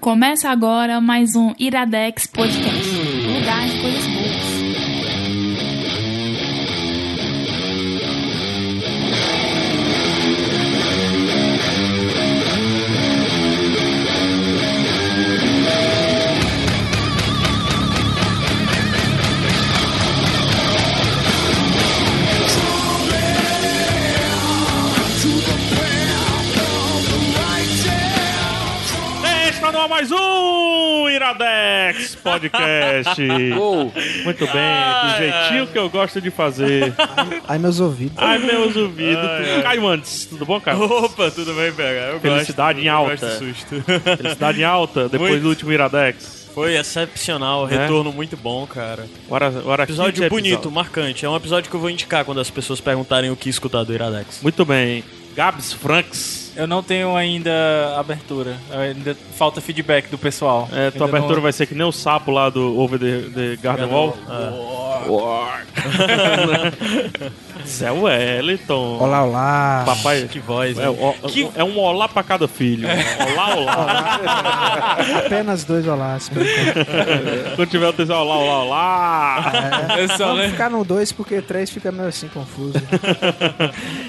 Começa agora mais um Iradex Podcast. Lugar de coisas boas. Está no ar mais um Iradex Podcast. Uou. Muito bem, do jeitinho que eu gosto de fazer. Ai, meus ouvidos. Ai, meus ouvidos. Caio antes, tudo bom, Caio? Opa, tudo bem, PH? Eu Felicidade gosto, em alta. eu gosto de susto. Felicidade em alta, depois Muito. do último Iradex. Foi excepcional, Né? retorno muito bom, cara. Agora, agora Episódio quinto bonito, marcante. É um episódio que eu vou indicar quando as pessoas perguntarem o que escutar do Iradex. Muito bem. Gabs Franks. Eu não tenho ainda abertura. Ainda falta feedback do pessoal. É, tua Ainda abertura não- vai ser que nem o sapo lá do Over the, the Garden Wall. É. Zé Wellington. Olá, olá. Papai. Que voz, É, hein? o- Que- é um olá pra cada filho. Olá, olá. Apenas dois olás. por enquanto. Quando tiver o terceiro, olá, olá, É. olá. É. Eu só Vamos lembro. ficar no dois, porque três fica meio assim confuso.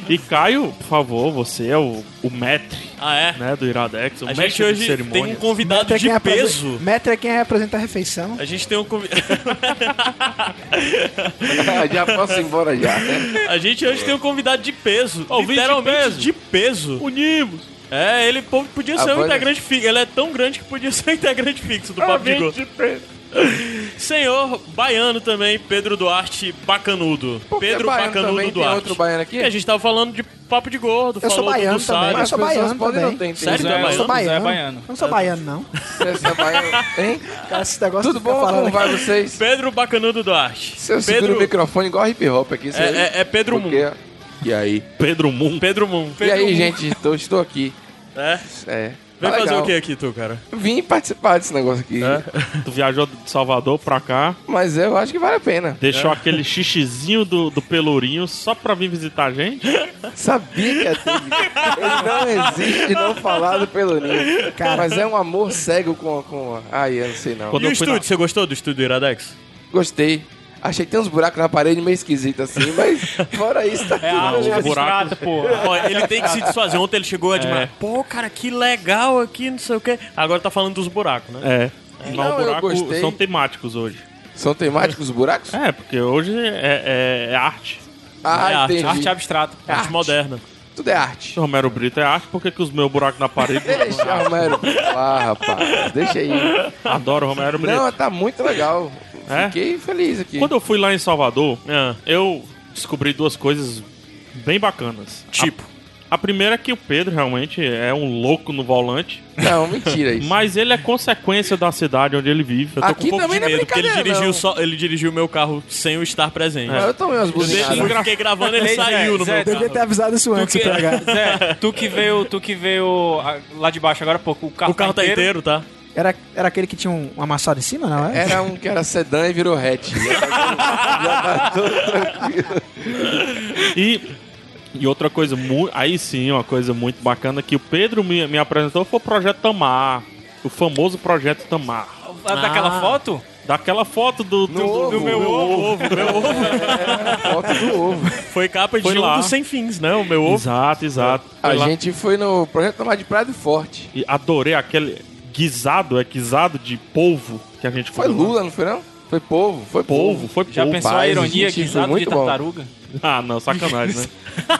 E Caio, por favor, você é o, o mestre Ah, é? né, do Iradex. O A mestre gente de hoje tem um cerimônias. convidado Metro é quem de apresen- peso. Metro é quem apresenta a refeição. A gente tem um convi- já posso ir embora já, né? A gente hoje tem um convidado de peso. Ouvinte de literalmente peso. de peso. Unimos! É, ele po- podia A ser um voz- integrante fixo. Ele é tão grande que podia ser um integrante fixo do Papo de Gol. Senhor baiano também, Pedro Duarte Bacanudo. Por que Pedro baiano Bacanudo também? Tem Duarte. outro baiano aqui? Porque É, a gente tava falando de papo de gordo, Eu falou sou baiano do também, Salles. mas sou baiano podem não também. ter Sério entendido. que é Eu baiano? sou baiano. Zé Baiano. Eu não sou baiano, não. Você é baiano, hein? Cara, esse negócio Tudo de ficar bom? Como Tá falando vai aqui. vocês? Pedro Bacanudo Duarte. Se eu seguro Pedro... o microfone igual hip hop aqui, É, sabe? é- é Pedro Moon. Porque... E aí? Pedro Moon. Pedro Moon. E Pedro aí, Moon. gente? Estou, estou aqui. É? É. Vem Tá fazer legal. o É? que aqui, tu, cara? Vim participar desse negócio aqui. Tu viajou de Salvador pra cá, Mas eu acho que vale a pena. deixou aquele xixizinho do, do pelourinho só pra vir visitar a gente? Sabia que ia ter isso. Ele não existe não falado pelo Ninho. Cara, mas é um amor cego com... com... Ai, eu não sei não. Quando e eu o fui estúdio? na- Você gostou do estúdio Iradex? Gostei. Achei que tem uns buracos na parede meio esquisito assim, mas fora isso tá É a tudo arte legal. abstrata, pô. Ó, ele tem que se desfazer. Ontem ele chegou a admirar. É. Pô, cara, que legal aqui, não sei o quê. Agora tá falando dos buracos, né? É. Mas Não, o eu buraco gostei. são temáticos hoje. São temáticos os buracos? É, porque hoje é, é- é arte. Ah, É arte, entendi. Arte abstrata. Arte, moderna. Tudo é arte. Romero Brito é arte, por que, que os meus buracos na parede. Deixa, Romero. Ah, rapaz, deixa aí. Adoro Romero Brito. Não, tá muito legal. É? Fiquei feliz aqui. Quando eu fui lá em Salvador, Ah, eu descobri duas coisas bem bacanas. tipo. Ah, A primeira é que o Pedro realmente é um louco no volante, Não, mentira isso. mas ele é consequência da cidade onde ele vive. Eu tô Aqui com um pouco também não é Medo, porque ele brincadeira, dirigiu, não. É. só, ele dirigiu meu carro sem eu estar presente. Mas Eu tomei umas Eu dei- buzinadas. eu fiquei gravando, ele Zé, saiu no Zé, meu devia carro. Devia ter avisado isso antes, tá que- PH. Zé, tu que veio, tu que veio ah, lá de baixo agora há pouco. O carro, O carro tá inteiro, tá? Era, era aquele que tinha um, um amassado em cima, não é? Era um que era sedã e virou hatch. E, e outra coisa, mu- aí sim, uma coisa muito bacana que o Pedro me, me apresentou foi o Projeto Tamar. O famoso Projeto Tamar. Ah, Daquela Ah. foto? Daquela foto do, do, No do ovo. meu Meu ovo. Meu ovo. Foto do ovo. Foi capa de Foi Foi lá. dos sem fins, né? O meu ovo. Exato, exato. A Foi lá. gente foi no Projeto Tomar de Prado Forte. E adorei aquele guisado, é guisado de polvo que a gente Foi comeu lá. Lula, não foi não? Foi povo, foi Polvo, povo. foi Já polvo. pensou a rapaz, ironia gente, que foi guisado de muito bom. tartaruga? Ah, não, sacanagem, né?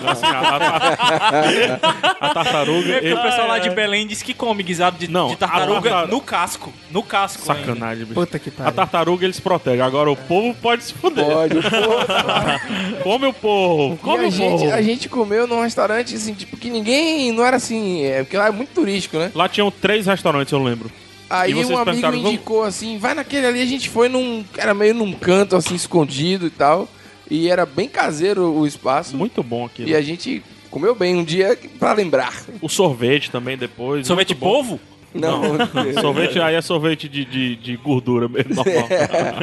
Assim, a, a- a tartaruga. É porque ele- o pessoal lá de Belém diz que come guisado de, Não, de tartaruga a tartar- no casco. No casco. ainda. Sacanagem, bicho. Puta que A pariu. tartaruga eles protegem. Agora o povo pode se fuder. Pode, o povo. Come o povo, E come a, o gente, povo. a gente comeu num restaurante, assim, tipo, que ninguém. Não era assim. É, porque lá é muito turístico, né? Lá tinham três restaurantes, eu lembro. Aí vocês um amigo perguntaram, indicou assim, vai naquele ali, a gente foi num. Era meio num canto assim, escondido e tal. E era bem caseiro o espaço. Muito bom aquilo. E a gente comeu bem um dia pra lembrar. O sorvete também é depois. Sorvete muito bom. polvo? Não. Sorvete aí é sorvete de, de, de gordura mesmo, normal.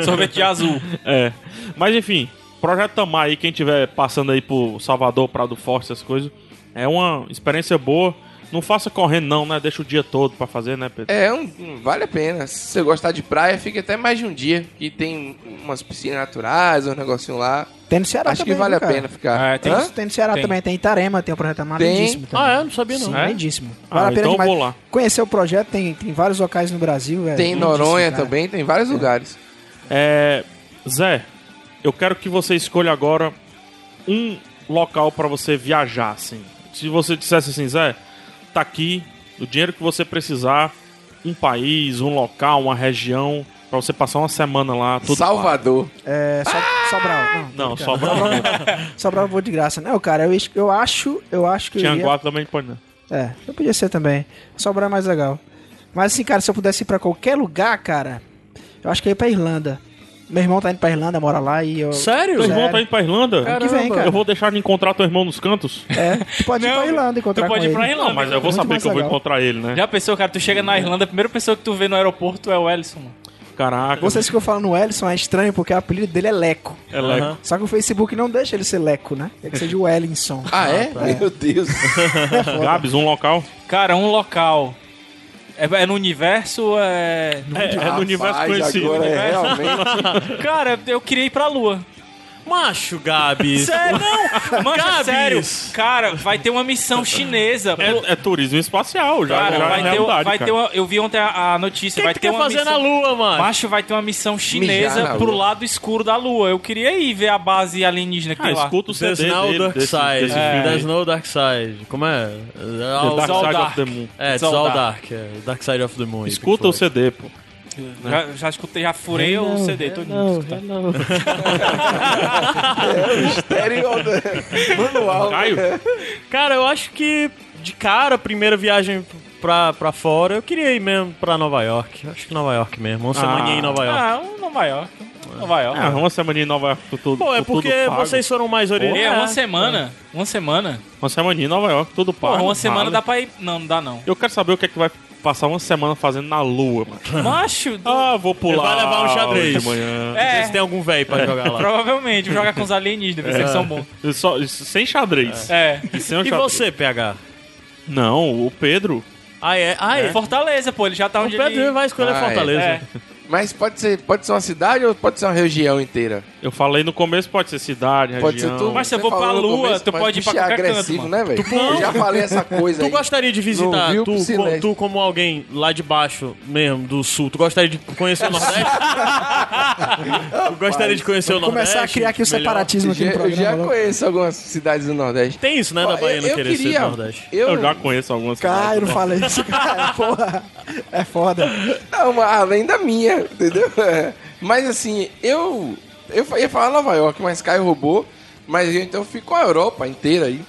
Sorvete de azul. é. Mas enfim, Projeto Tamar aí, quem tiver passando aí por Salvador, Prado Forte, essas coisas, é uma experiência boa. Não faça correndo, não, né? Deixa o dia todo pra fazer, né, Pedro? É, um- um- vale a pena. Se você gostar de praia, fica até mais de um dia. Que tem umas piscinas naturais, um negocinho lá. Tem no Ceará Acho que também, vale a viu, cara? pena ficar. Ah, tem Hã? isso. Tem no Ceará Tem. também, tem em Itarema, tem um projeto amado Tem? lindíssimo também. Ah, é? Não sabia não. Sim, É? lindíssimo. Ah, então eu vou lá. Conhecer o projeto, tem, tem vários locais no Brasil, velho. Tem em Lindíssimo, Noronha cara. também, tem vários lugares. É, Zé, eu quero que você escolha agora um local pra você viajar, assim. Se você dissesse assim, Zé, tá aqui o dinheiro que você precisar, um país, um local, uma região, pra você passar uma semana lá, tudo Salvador. É, so, Sobral. pago. Não, tô só brincando. pra Sobral eu vou de graça. Não, cara, eu, es- eu acho, eu acho que eu iria- Tianguá também pode não. É, eu podia ser também. Sobral é mais legal. Mas assim, cara, se eu pudesse ir pra qualquer lugar, cara, eu acho que eu ia pra Irlanda. Meu irmão tá indo pra Irlanda, mora lá e eu... Sério? Teu irmão Sério. tá indo pra Irlanda? Ano que vem, cara. Eu vou deixar de encontrar teu irmão nos cantos? É, tu pode ir pra Irlanda encontrar tu pode com ir pra ele. Irlanda. Não, mas eu vou Muito saber mais que eu vou legal. encontrar ele, né? Já pensou, cara? Tu chega na Irlanda, a primeira pessoa que tu vê no aeroporto é o Ellison. mano. Caraca, Vocês ficam falando o Ellison, é estranho porque o apelido dele é Leco. é leco. Só que o Facebook não deixa ele ser Leco, né? Tem que seja o Ellison. Ah, é? Meu Deus. Gabs, um local? Cara, um local. É, é no universo ou é. É, é Rapaz, do universo conhecido. Agora é realmente. Cara, eu queria ir pra lua. Macho, Gabi. Sério, não! Mancha, Gabs. sério! Cara, vai ter uma missão chinesa. pô. É, é turismo espacial, já, Cara, já é vai, ter, realidade, vai cara. ter uma- Eu vi ontem a, a notícia. O que, vai é, que tu ter quer uma fazer missão, na lua, mano? Macho, vai ter uma missão chinesa na pro lua. lado escuro da lua. Eu queria ir ver a base alienígena que Ah, tem lá. escuta o CD There's no dele, dark desse, side. desse É. filme aí. There's no dark side. Como é? The Dark It's all Side dark. of the Moon. É, it's It's all all dark. é. Dark side of the moon. Escuta o Pink Floyd. CD, pô. né? Já, já escutei, já furei o CD todinho. um Mistério do- manual. Caio, é. Cara, eu acho que de cara, primeira viagem pra, pra fora, eu queria ir mesmo pra Nova York. Eu acho que Nova York mesmo. Uma semaninha em Nova York. Ah, um Nova York. Nova York. ah, uma semana em Nova York, tudo Pô, é tudo porque pago. vocês foram mais É, orientados. né? uma semana. Uma semana. Uma semana em Nova York, tudo pago. Porra, uma semana vale. dá pra ir. Não, não dá não. Eu quero saber o que é que vai passar uma semana fazendo na lua, mano. Macho, do- Ah, vou pular. Vai levar um xadrez. hoje de manhã. é. Vocês têm algum velho pra jogar lá. Provavelmente, vou jogar com os alienígenas, ver se eles É. são bons. Eu Só, isso- sem xadrez. É. E sem um E xadrez. você, PH? Não, o Pedro. Ah, é? Ah, é. Fortaleza, pô, ele já tá O onde Pedro ele... vai escolher Ah, é. Fortaleza. É. Mas pode ser, pode ser uma cidade ou pode ser uma região inteira? Eu falei no começo, pode ser cidade, Pode ser região. tudo. Mas se eu vou pra lua, tu pode ir pra qualquer canto, mano. agressivo, né, velho? Eu já falei essa coisa Tu aí. gostaria de visitar, viu, tu, Priscila? co- tu como alguém lá de baixo mesmo, do sul, tu gostaria de conhecer o Nordeste? tu gostaria de conhecer o Nordeste? Começar a criar aqui o Melhor. separatismo aqui Eu no já- eu programa. né, já logo. conheço algumas cidades do Nordeste. Tem isso, né, da Bahia não eu querer ser queria... do Nordeste. Eu, Eu já conheço algumas Cara, Ah, eu cidades. não fala isso, cara. Porra. É foda. Não, uma- além da minha, entendeu? É. Mas assim, eu. Eu fa- ia falar Nova York, mas Caio roubou. Mas eu, então fico com a Europa inteira aí.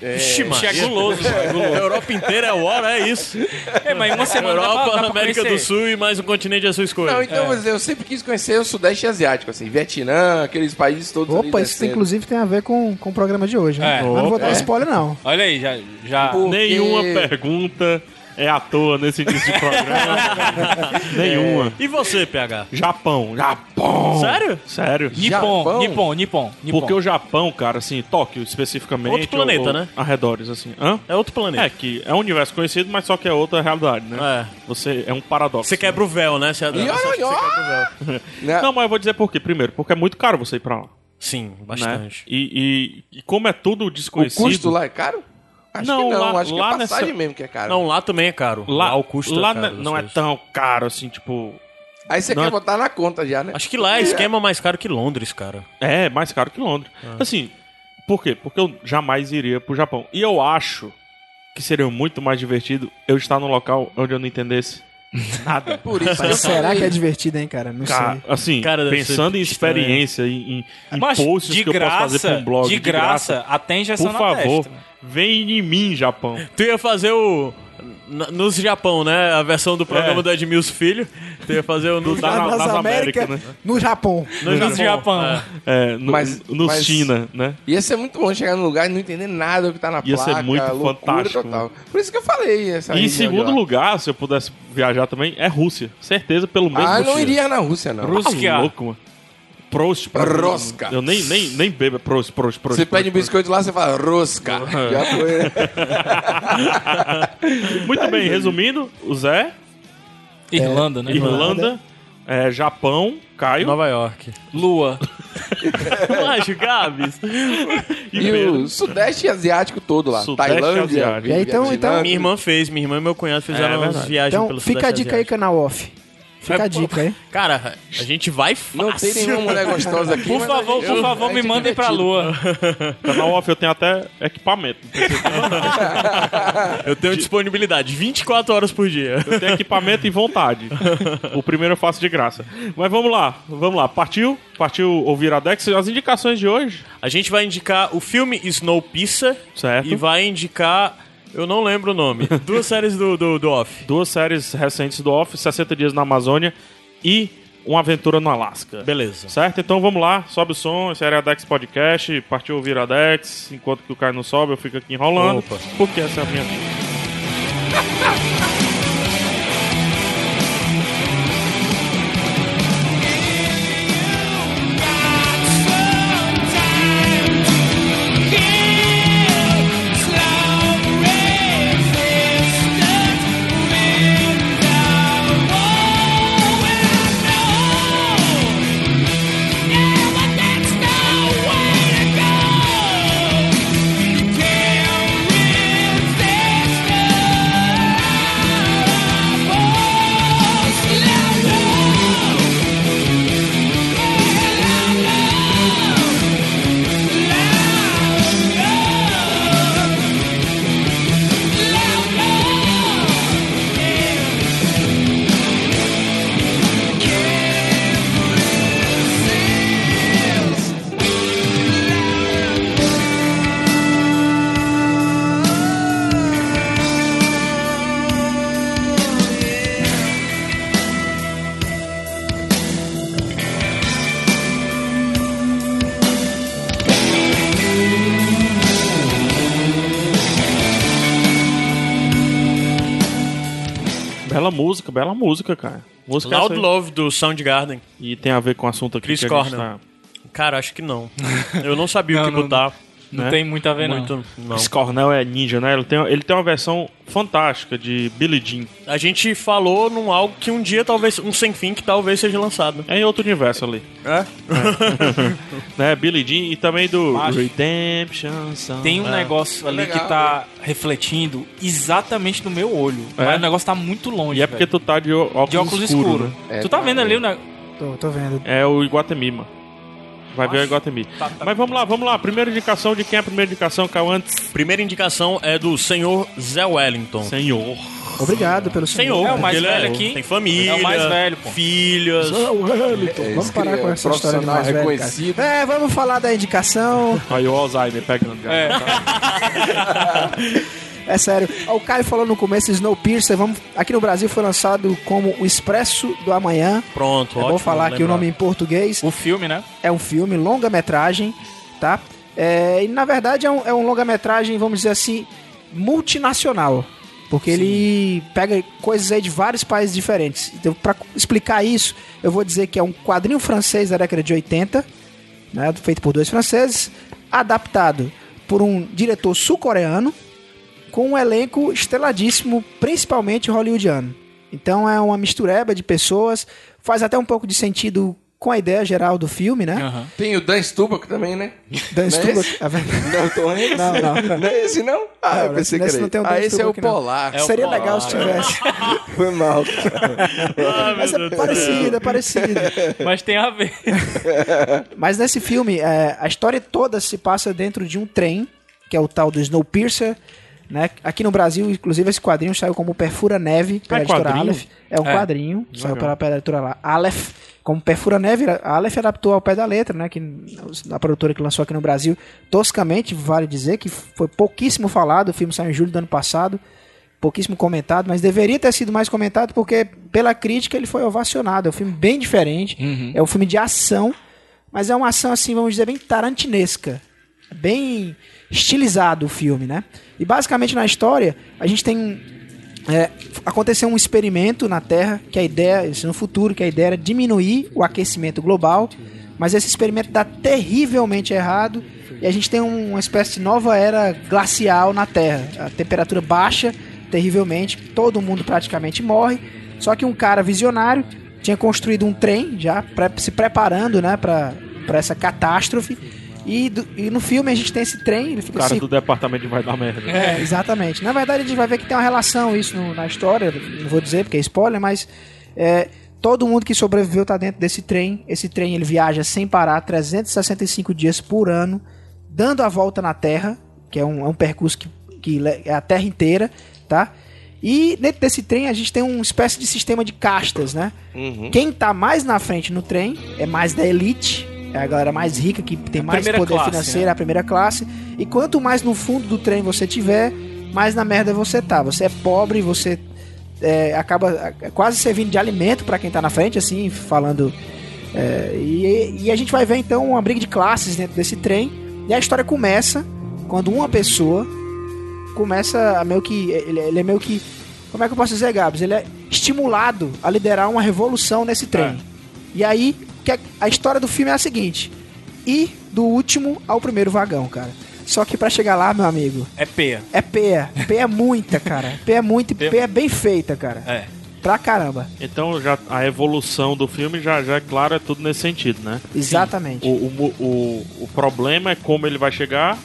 Vixe, mano. Vixe, é guloso, mano, é A Europa inteira é hora, é isso. É, mas uma semana dá pra, Europa, dá pra América do conhecer. Sul e mais um continente à sua escolha. É. Não, então eu sempre quis conhecer o Sudeste Asiático, assim, Vietnã, aqueles países todos. ali Opa, isso descendo. inclusive tem a ver com, com o programa de hoje, né? É. Mas não vou dar spoiler, não. Olha aí, já... já... Tipo, Pô. Porque- Nenhuma pergunta é à toa nesse início de programa. Nenhuma. E você, PH? Japão, Japão. Sério? Sério. Nippon, Japão? Nippon, Nippon, Nippon. Porque o Japão, cara, assim, Tóquio especificamente. Outro planeta, ou- ou né? Arredores, assim. Hã? É outro planeta. É que é um universo conhecido, mas só que é outra realidade, né? É. Você é um paradoxo. Você quebra o véu, né? Você E você- olha, olha. Né? Não, mas eu vou dizer por quê. Primeiro, porque é muito caro você ir pra lá. Sim, Né? bastante. E, e- e como é tudo o desconhecido. custo lá é caro? Acho Não, que não, lá- acho lá que é passagem nessa- mesmo que é caro. Não, lá também é caro. Lá, o custo lá é caro. não das não é coisas. tão caro assim, tipo. Aí você Não. quer botar na conta já, né? Acho que lá é esquema mais caro que Londres, cara. É, mais caro que Londres. Assim, por quê? Porque eu jamais iria pro Japão. E eu acho que seria muito mais divertido eu estar num local onde eu não entendesse nada. É Por isso Mas eu será falei. que é divertido, hein, cara? Não Cara, sei. assim, Cara, deve pensando ser em estranho. experiência, em, em, em Mas posts de que eu posso graça, fazer pra um blog. de graça, atende essa né? por favor, Testa, mano. vem em mim, Japão. Tu ia fazer o. n- Nos Japão, né? A versão do programa É. do Edmilson Filho. Tu ia fazer o Nos Lá na- Lá nas nas Américas, né? Américas, no Japão. no Nos Japão. É, no, Mas- no mas- China, né? Ia ser muito bom chegar num lugar e não entender nada do que tá na Ia ser placa. muito loucura fantástico. né? Total. Por isso que eu falei essa E em região de segundo tá lá. lugar, se eu pudesse viajar também, é Rússia. Certeza, pelo menos. Ah, eu motivo. não iria na Rússia, não. Rússia. Tá Ah, louco, mano. Prost. pra mim. Rosca. Eu nem, nem, nem bebo. é Prost, Prost, Prost. Você Prost, pede um Prost. biscoito lá, você fala rosca. Já foi. Muito bem, né? resumindo, o Zé, Irlanda, né? Irlanda, é, Japão, Caio Nova York. Lua. Lajo, Gabs. e, E Pedro. o Sudeste Asiático todo lá. Sudeste Tailândia. Asiático. Vietnã, Então- então- Minha irmã fez, minha irmã e meu cunhado É, é fizeram umas verdade. viagens Então, pelo fica a Sudeste dica aí, Asiático. canal off. É, Fica a dica aí. Cara, a gente vai fácil. Não tem nenhuma mulher gostosa aqui. Por mas a favor, gente- por favor, a me gente mandem pra é divertido. Lua. Canal off eu tenho até equipamento. Eu tenho disponibilidade 24 horas por dia. Eu tenho equipamento e vontade. O primeiro eu faço de graça. Mas vamos lá, vamos lá. Partiu? Partiu ouvir a Dex. As indicações de hoje. A gente vai indicar o filme Snowpiercer Certo. e vai indicar, eu não lembro o nome, duas séries do, do, do Off. Duas séries recentes do Off, 60 Dias na Amazônia e Uma Aventura no Alasca. Beleza. Certo? Então vamos lá, sobe o som, esse é a Dex Podcast, partiu ouvir a Dex, enquanto que o Caio não sobe, eu fico aqui enrolando, Opa. porque essa é a minha vida. Bela música, bela música, cara. Música Loud essa aí. Love do Soundgarden. E tem a ver com o assunto aqui Chris que a gente Cornell. tá... Cara, acho que não. Eu não sabia o Não, que não, botar. Não Né? tem muito a ver, Muito, não. não. Chris Cornell é ninja, né? Ele tem, ele tem uma versão fantástica de Billie Jean. A gente falou num algo que um dia talvez, um sem fim que talvez seja lançado. É em outro universo ali. É? né? Billie Jean e também do Macho. Redemption É. Song. Tem um negócio ali Legal. que tá refletindo exatamente no meu olho. É? Mas o negócio tá muito longe. E é porque velho. tu tá de ó- óculos, de óculos escuro. escuro. né? É, tu tá tá vendo ali o negócio. Tô, tô vendo. É o Iguatemi, mano. Vai ver o Macho. Iguatemi. Tá, tá. Mas vamos lá, vamos lá. Primeira indicação de quem é a primeira indicação, Cauã? antes? Primeira indicação é do senhor Zé Wellington. Senhor. Obrigado pelo Senhor, É o mais porque ele velho aqui. Tem família, É o mais velho, pô. filhas. É, Vamos esse parar que com é essa história de profissional mais velho, reconhecido. cara. É, vamos falar da indicação. Aí o Alzheimer pegando. já. É. É sério. O Caio falou no começo, Snowpiercer, vamos... aqui no Brasil foi lançado como O Expresso do Amanhã. Pronto, É ótimo. bom falar aqui o lembrado. nome em português. O filme, né? É um filme, longa-metragem, tá? É, e na verdade é um, é um longa-metragem, vamos dizer assim, multinacional. Porque ele pega coisas aí de vários países diferentes. Então, pra explicar isso, eu vou dizer que é um quadrinho francês da década de 80, né, feito por dois franceses, adaptado por um diretor sul-coreano, com um elenco esteladíssimo, principalmente hollywoodiano. Então é uma mistureba de pessoas, faz até um pouco de sentido com a ideia geral do filme, né? Aham. Tem o Dan Stubach também, né? Dan Não é Stubach, esse? é verdade. Não, Tom Hanks? Não, não. Não é esse, não? Ah, Não, eu pensei que nesse era não tem o ele. Ah, Dan esse é o Stubach, não. Polar. É o Ah, Seria Polar. legal se tivesse. Foi mal. cara. Mas é parecido, é parecido. Mas tem a ver. Mas nesse filme, é, a história toda se passa dentro de um trem, que é o tal do Snowpiercer. Né? Aqui no Brasil, inclusive, esse quadrinho saiu como Perfura Neve Ah, pela é editora quadrinho? Aleph. É um É. quadrinho, saiu pela, pela editora lá- Aleph. Como Perfura Neve, a Aleph adaptou ao pé da letra, né? Que a produtora que lançou aqui no Brasil, toscamente, vale dizer, que foi pouquíssimo falado. O filme saiu em julho do ano passado, pouquíssimo comentado, mas deveria ter sido mais comentado porque, pela crítica, ele foi ovacionado. É um filme bem diferente. É um filme de ação, mas é uma ação, assim, vamos dizer, bem tarantinesca. Bem estilizado o filme, né? E basicamente na história, a gente tem. é, aconteceu um experimento na Terra, que a ideia, isso no futuro, que a ideia era diminuir o aquecimento global Mas esse experimento dá terrivelmente errado e a gente tem um- uma espécie de nova era glacial na Terra. A temperatura baixa terrivelmente, todo mundo praticamente morre. Só que um cara visionário tinha construído um trem já pre- se preparando, né, para para essa catástrofe. E, do- e no filme a gente tem esse trem, ele O fica cara se do departamento de vai dar merda. é, exatamente. Na verdade, a gente vai ver que tem uma relação isso no- na história, não vou dizer porque é spoiler, mas é, todo mundo que sobreviveu tá dentro desse trem. Esse trem ele viaja sem parar 365 dias por ano, dando a volta na Terra, que é um, é um percurso que, que le- é a Terra inteira, tá? E dentro desse trem a gente tem uma espécie de sistema de castas, né? Uhum. Quem tá mais na frente no trem é mais da elite, é a galera mais rica que tem mais primeira poder classe, né? financeiro, é a primeira classe. E quanto mais no fundo do trem você tiver, mais na merda você tá. Você é pobre, você é, acaba é, quase servindo de alimento pra quem tá na frente, assim, falando. é, e, e a gente vai ver então uma briga de classes dentro desse trem. E a história começa quando uma pessoa começa a meio que. Ele, ele é meio que. Como é que eu posso dizer, Gabs? Ele é estimulado a liderar uma revolução nesse trem. E aí, que a, a história do filme é a seguinte: ir do último ao primeiro vagão, cara. Só que pra chegar lá, meu amigo, É peia. é peia. Peia é muita, cara. Peia é muita e peia é bem feita, cara. É. Pra caramba. Então já a evolução do filme já, já é claro, é tudo nesse sentido, né? Exatamente. O, o, mu- o, o problema é como ele vai chegar.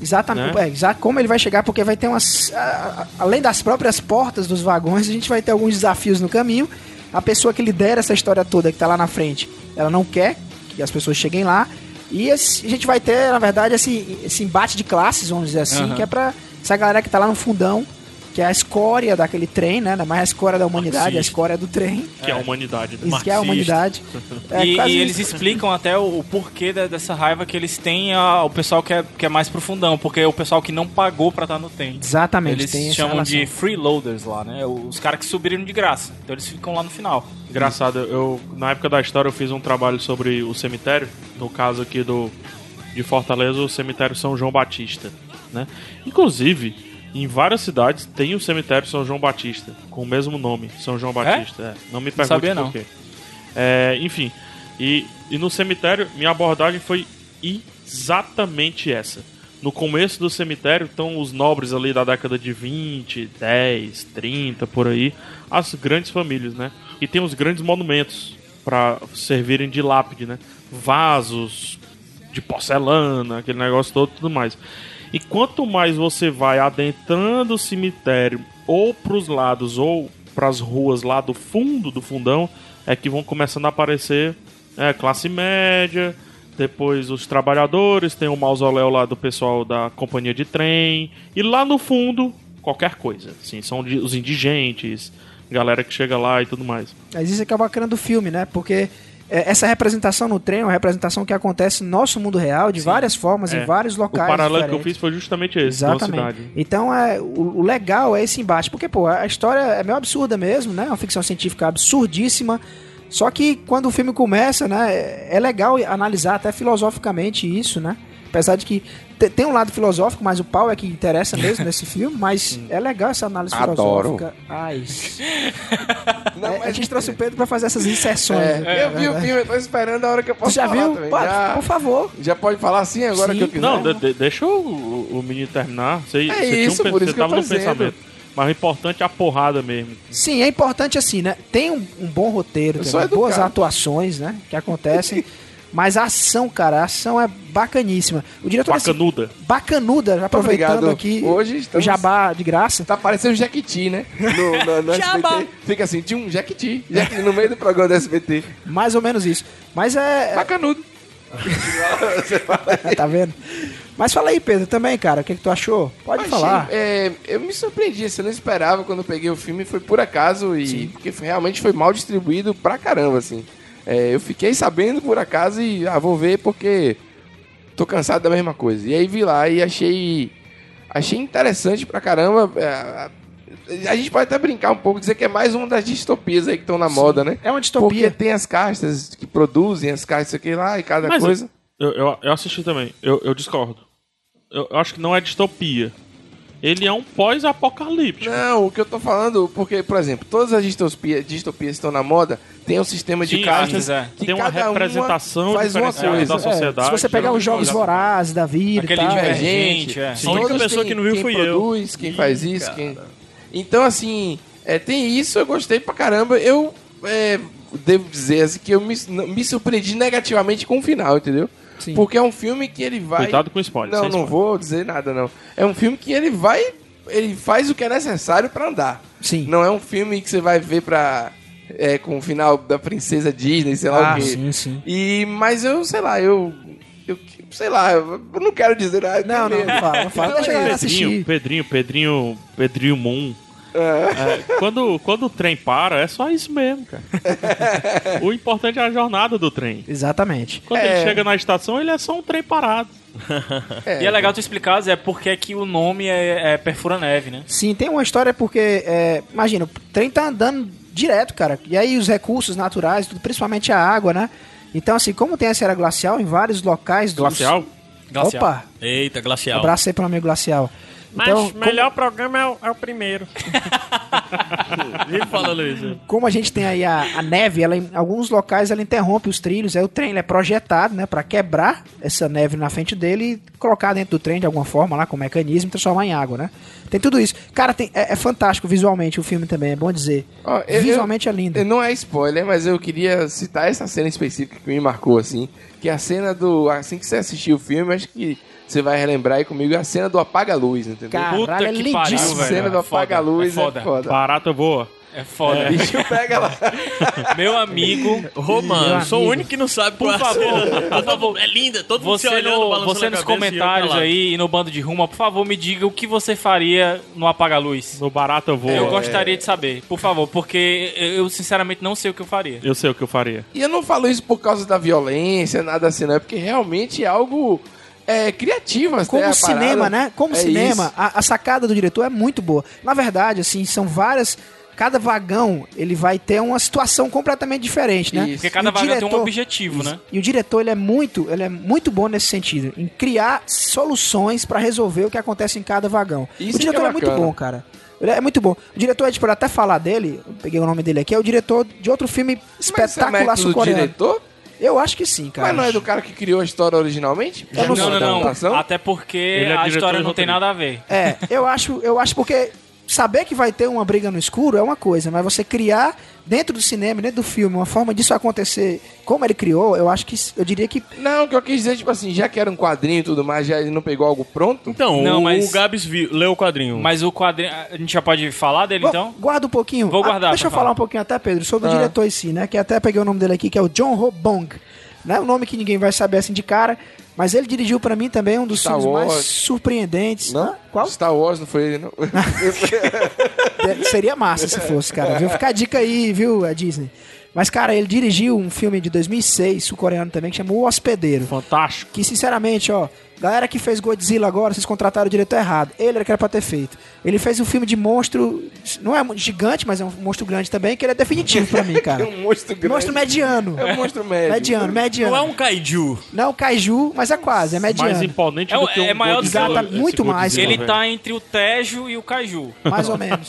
Exatamente. Né? É, exa- como ele vai chegar, porque vai ter umas. a- a- além das próprias portas dos vagões, a gente vai ter alguns desafios no caminho. A pessoa que lidera essa história toda, que tá lá na frente, ela não quer que as pessoas cheguem lá. E esse- a gente vai ter, na verdade, esse, esse embate de classes, vamos dizer assim, que é pra essa galera que tá lá no fundão, que é a escória daquele trem, né? Não é mais a escória da humanidade, é a escória do trem. Que é a humanidade, né? Isso que é a humanidade. É e, quase e isso. eles explicam até o, o porquê da- dessa raiva que eles têm ao pessoal que é, que é mais profundão, porque é o pessoal que não pagou pra estar no tempo. Exatamente, Eles tem essa chamam relação. de freeloaders lá, né? Os caras que subiram de graça. Então eles ficam lá no final. Engraçado, eu na época da história eu fiz um trabalho sobre o cemitério, no caso aqui do de Fortaleza, o cemitério São João Batista, né? Inclusive, em várias cidades tem o cemitério São João Batista, com o mesmo nome, São João Batista. é. Não me pergunte sabia, por não. quê. É, enfim, e, e no cemitério minha abordagem foi exatamente essa. No começo do cemitério estão os nobres ali da década de 20, 10, 30, por aí, as grandes famílias, né? E tem os grandes monumentos para servirem de lápide, né? Vasos de porcelana, aquele negócio todo, tudo mais. E quanto mais você vai adentrando o cemitério, ou pros lados, ou pras ruas lá do fundo do fundão, é que vão começando a aparecer é, classe média, depois os trabalhadores, tem o mausoléu lá do pessoal da companhia de trem, e lá no fundo, qualquer coisa. Assim, são de- os indigentes, galera que chega lá e tudo mais. Mas isso é que é o bacana do filme, né? Porque é, essa representação no trem é uma representação que acontece no nosso mundo real, de várias formas, É. em vários locais. o paralelo que eu diferentes. fiz foi justamente esse, de uma Exatamente. cidade. Então é, o, o legal é esse embate. Porque, pô, a história é meio absurda mesmo, né? É uma ficção científica absurdíssima. Só que quando o filme começa, né? é- É legal analisar até filosoficamente isso, né? Apesar de que te- tem um lado filosófico, mas o pau é que interessa mesmo nesse filme. Mas é legal essa análise Adoro. filosófica. Ai. Não, É, mas- a gente trouxe o Pedro pra fazer essas inserções. É, eu vi o Né? filme, eu tô esperando a hora que eu Tu posso já falar viu? também. Pô, Já, Por favor. já pode falar assim agora Sim. que eu quiser? Não, de- de- deixa o, o- o menino terminar. Você, É você tinha um isso, pen- por isso você que eu tava tô no dizendo. pensamento. Mas o importante é a porrada mesmo. Sim, é importante assim, né? Tem um, um bom roteiro, Eu tem sou educado. boas atuações, né? Que acontecem. mas a ação, cara, a ação é bacaníssima. O diretor desse- Bacanuda. bacanuda, já aproveitando obrigado. aqui Hoje o estamos- jabá de graça. Tá parecendo Jequiti, né? No, no, no SBT. Fica assim, tinha um Jequiti. Jequiti no meio do programa do SBT. Mais ou menos isso. Mas é. Bacanudo. tá vendo? Mas fala aí, Pedro, também, cara, o que, que tu achou? Pode Achei, falar. é, eu me surpreendi, assim, eu não esperava quando eu peguei o filme, foi por acaso e porque foi- realmente foi mal distribuído pra caramba, assim. É, eu fiquei sabendo por acaso e ah, vou ver porque tô cansado da mesma coisa. E aí vi lá e achei achei interessante pra caramba. é, a, a gente pode até brincar um pouco, dizer que é mais uma das distopias aí que estão na moda, né? É uma Porque distopia. tem as castas que produzem, as castas aqui lá e cada Mas coisa. Eu, eu, eu assisti também. Eu, eu discordo. Eu, eu acho que não é distopia. Ele é um pós-apocalíptico. Não, o que eu tô falando, porque, por exemplo, todas as distopia- distopias, que estão na moda, tem um sistema de Sim, castas castas, é. que Tem uma cada representação faz uma diferenciada coisa. da sociedade. é, Se você pegar os jogos vorazes da vida e Aquele tal. divergente. é. gente. é. Sim. A única Todos pessoa têm- que não viu quem fui eu. produz, Quem faz isso, quem... Então, assim, é, tem isso, eu gostei pra caramba. Eu é, devo dizer assim, que eu me, não- me surpreendi negativamente com o final, entendeu? Sim. Porque é um filme que ele vai... Cuidado com spoiler. Não, sem não spoiler. vou dizer nada, não. É um filme que ele vai... Ele faz o que é necessário pra andar. Sim. Não é um filme que você vai ver pra... É, com o final da princesa Disney, sei lá Ah, o quê. sim, sim. E, mas eu, sei lá, eu. eu sei lá, eu não quero dizer. Ah, eu tenho Não, não, não medo. fala, não Então fala. é Deixa a Pedrinho, galera assistir. Pedrinho, Pedrinho, Pedrinho Moon. É, quando, quando o trem para, é só isso mesmo, cara. o importante é a jornada do trem. Exatamente. Quando É. ele chega na estação, ele é só um trem parado. E é legal tu explicar, Zé, porque é que o nome é, é Perfura Neve, né? Sim, tem uma história porque, é, imagina, o trem tá andando direto, cara. E aí os recursos naturais, tudo, principalmente a água, né? Então, assim, como tem essa era glacial em vários locais... dos- Glacial? Glacial. Opa! Eita, glacial. Abraço aí pro amigo glacial. Mas Então, o melhor programa é o, é o primeiro. Vive falando isso. como a gente tem aí a, a neve, ela em alguns locais ela interrompe os trilhos, aí o trem ele é projetado, né, para quebrar essa neve na frente dele e colocar dentro do trem de alguma forma lá com mecanismo e transformar em água, né? Tem tudo isso. Cara, tem- é, é fantástico visualmente o filme também, é bom dizer. Ó, eu- visualmente é lindo. eu- Não é spoiler, mas eu queria citar essa cena específica que me marcou, assim. Que é a cena do. Assim que você assistir o filme, acho que você vai relembrar aí comigo, é a cena do apaga-luz, entendeu? Caralho, é Essa lindíssimo. velho, cena do é foda, é apaga-luz é foda. foda. Barata voa. É foda. Bicho, pega lá. Meu amigo, Romano, Meu sou o amigo. único que não sabe por favor. Por favor, é linda. Todo mundo se você, olhando, no- balançando você a nos cabeça e eu comentários calado. aí e no bando de rumo, por favor, me diga o que você faria no apaga-luz. No barata voa. Eu gostaria de saber, por favor, porque eu sinceramente não sei o que eu faria. Eu sei o que eu faria. E eu não falo isso por causa da violência, nada assim, não. É porque realmente é algo é, criativo, até Como a cinema, parada. né? Como É cinema, isso. a, a sacada do diretor é muito boa. Na verdade, assim, são várias. Cada vagão ele vai ter uma situação completamente diferente, né? Isso. Porque cada E o vagão tem um diretor- objetivo, né? E o diretor ele é muito, ele é muito bom nesse sentido, em criar soluções pra resolver o que acontece em cada vagão. Isso o diretor que é é, muito bacana. bom, cara. Ele é muito bom. O diretor, tipo, até falar dele, eu peguei o nome dele aqui, é o diretor de outro filme Mas isso é espetacular mérito do sul-coreano. diretor? Eu acho que sim, cara. Mas não é do cara que criou a história originalmente? Eu não Não, sei. não, Adaptação? não. Até porque é a diretor história e não tem roteirista. nada a ver. É, eu acho, eu acho porque saber que vai ter uma briga no escuro é uma coisa, mas você criar dentro do cinema, dentro do filme, uma forma disso acontecer, como ele criou, eu acho que eu diria que Não, o que eu quis dizer, tipo assim, já que era um quadrinho e tudo mais, já ele não pegou algo pronto? Então, Não, o, mas- o Gabs vi- leu o quadrinho. Mas o quadrinho. A gente já pode falar dele Bom, então? Guarda um pouquinho. Vou guardar deixa pra eu falar. falar. um pouquinho até, Pedro, sobre Ah. o diretor em si, né? Que até peguei o nome dele aqui, que é o John Ho Bong. Né? Um nome que ninguém vai saber assim de cara. Mas ele dirigiu pra mim também um dos Star filmes Wars. mais surpreendentes. Tá Não? Hã? Qual? Star Wars não foi ele, não. De- Seria massa se fosse, cara. Viu? Fica a dica aí, viu, a Disney. Mas, cara, ele dirigiu um filme de 2006, sul-coreano também, que chama O Hospedeiro. Fantástico. Que, sinceramente, ó, galera que fez Godzilla agora, vocês contrataram o diretor errado. Ele era que era pra ter feito. Ele fez um filme de monstro, não é gigante, mas é um monstro grande também, que ele é definitivo pra mim, É cara. um monstro grande. monstro mediano. É um monstro médio. Mediano, mediano. Não é Não, um kaiju. kaiju, mas é quase, é mediano. Mais imponente É o- do que um é maior do que Godzilla, o- esse muito Godzilla, mais, Ele velho. tá entre o Tejo e o Caju. Mais ou menos.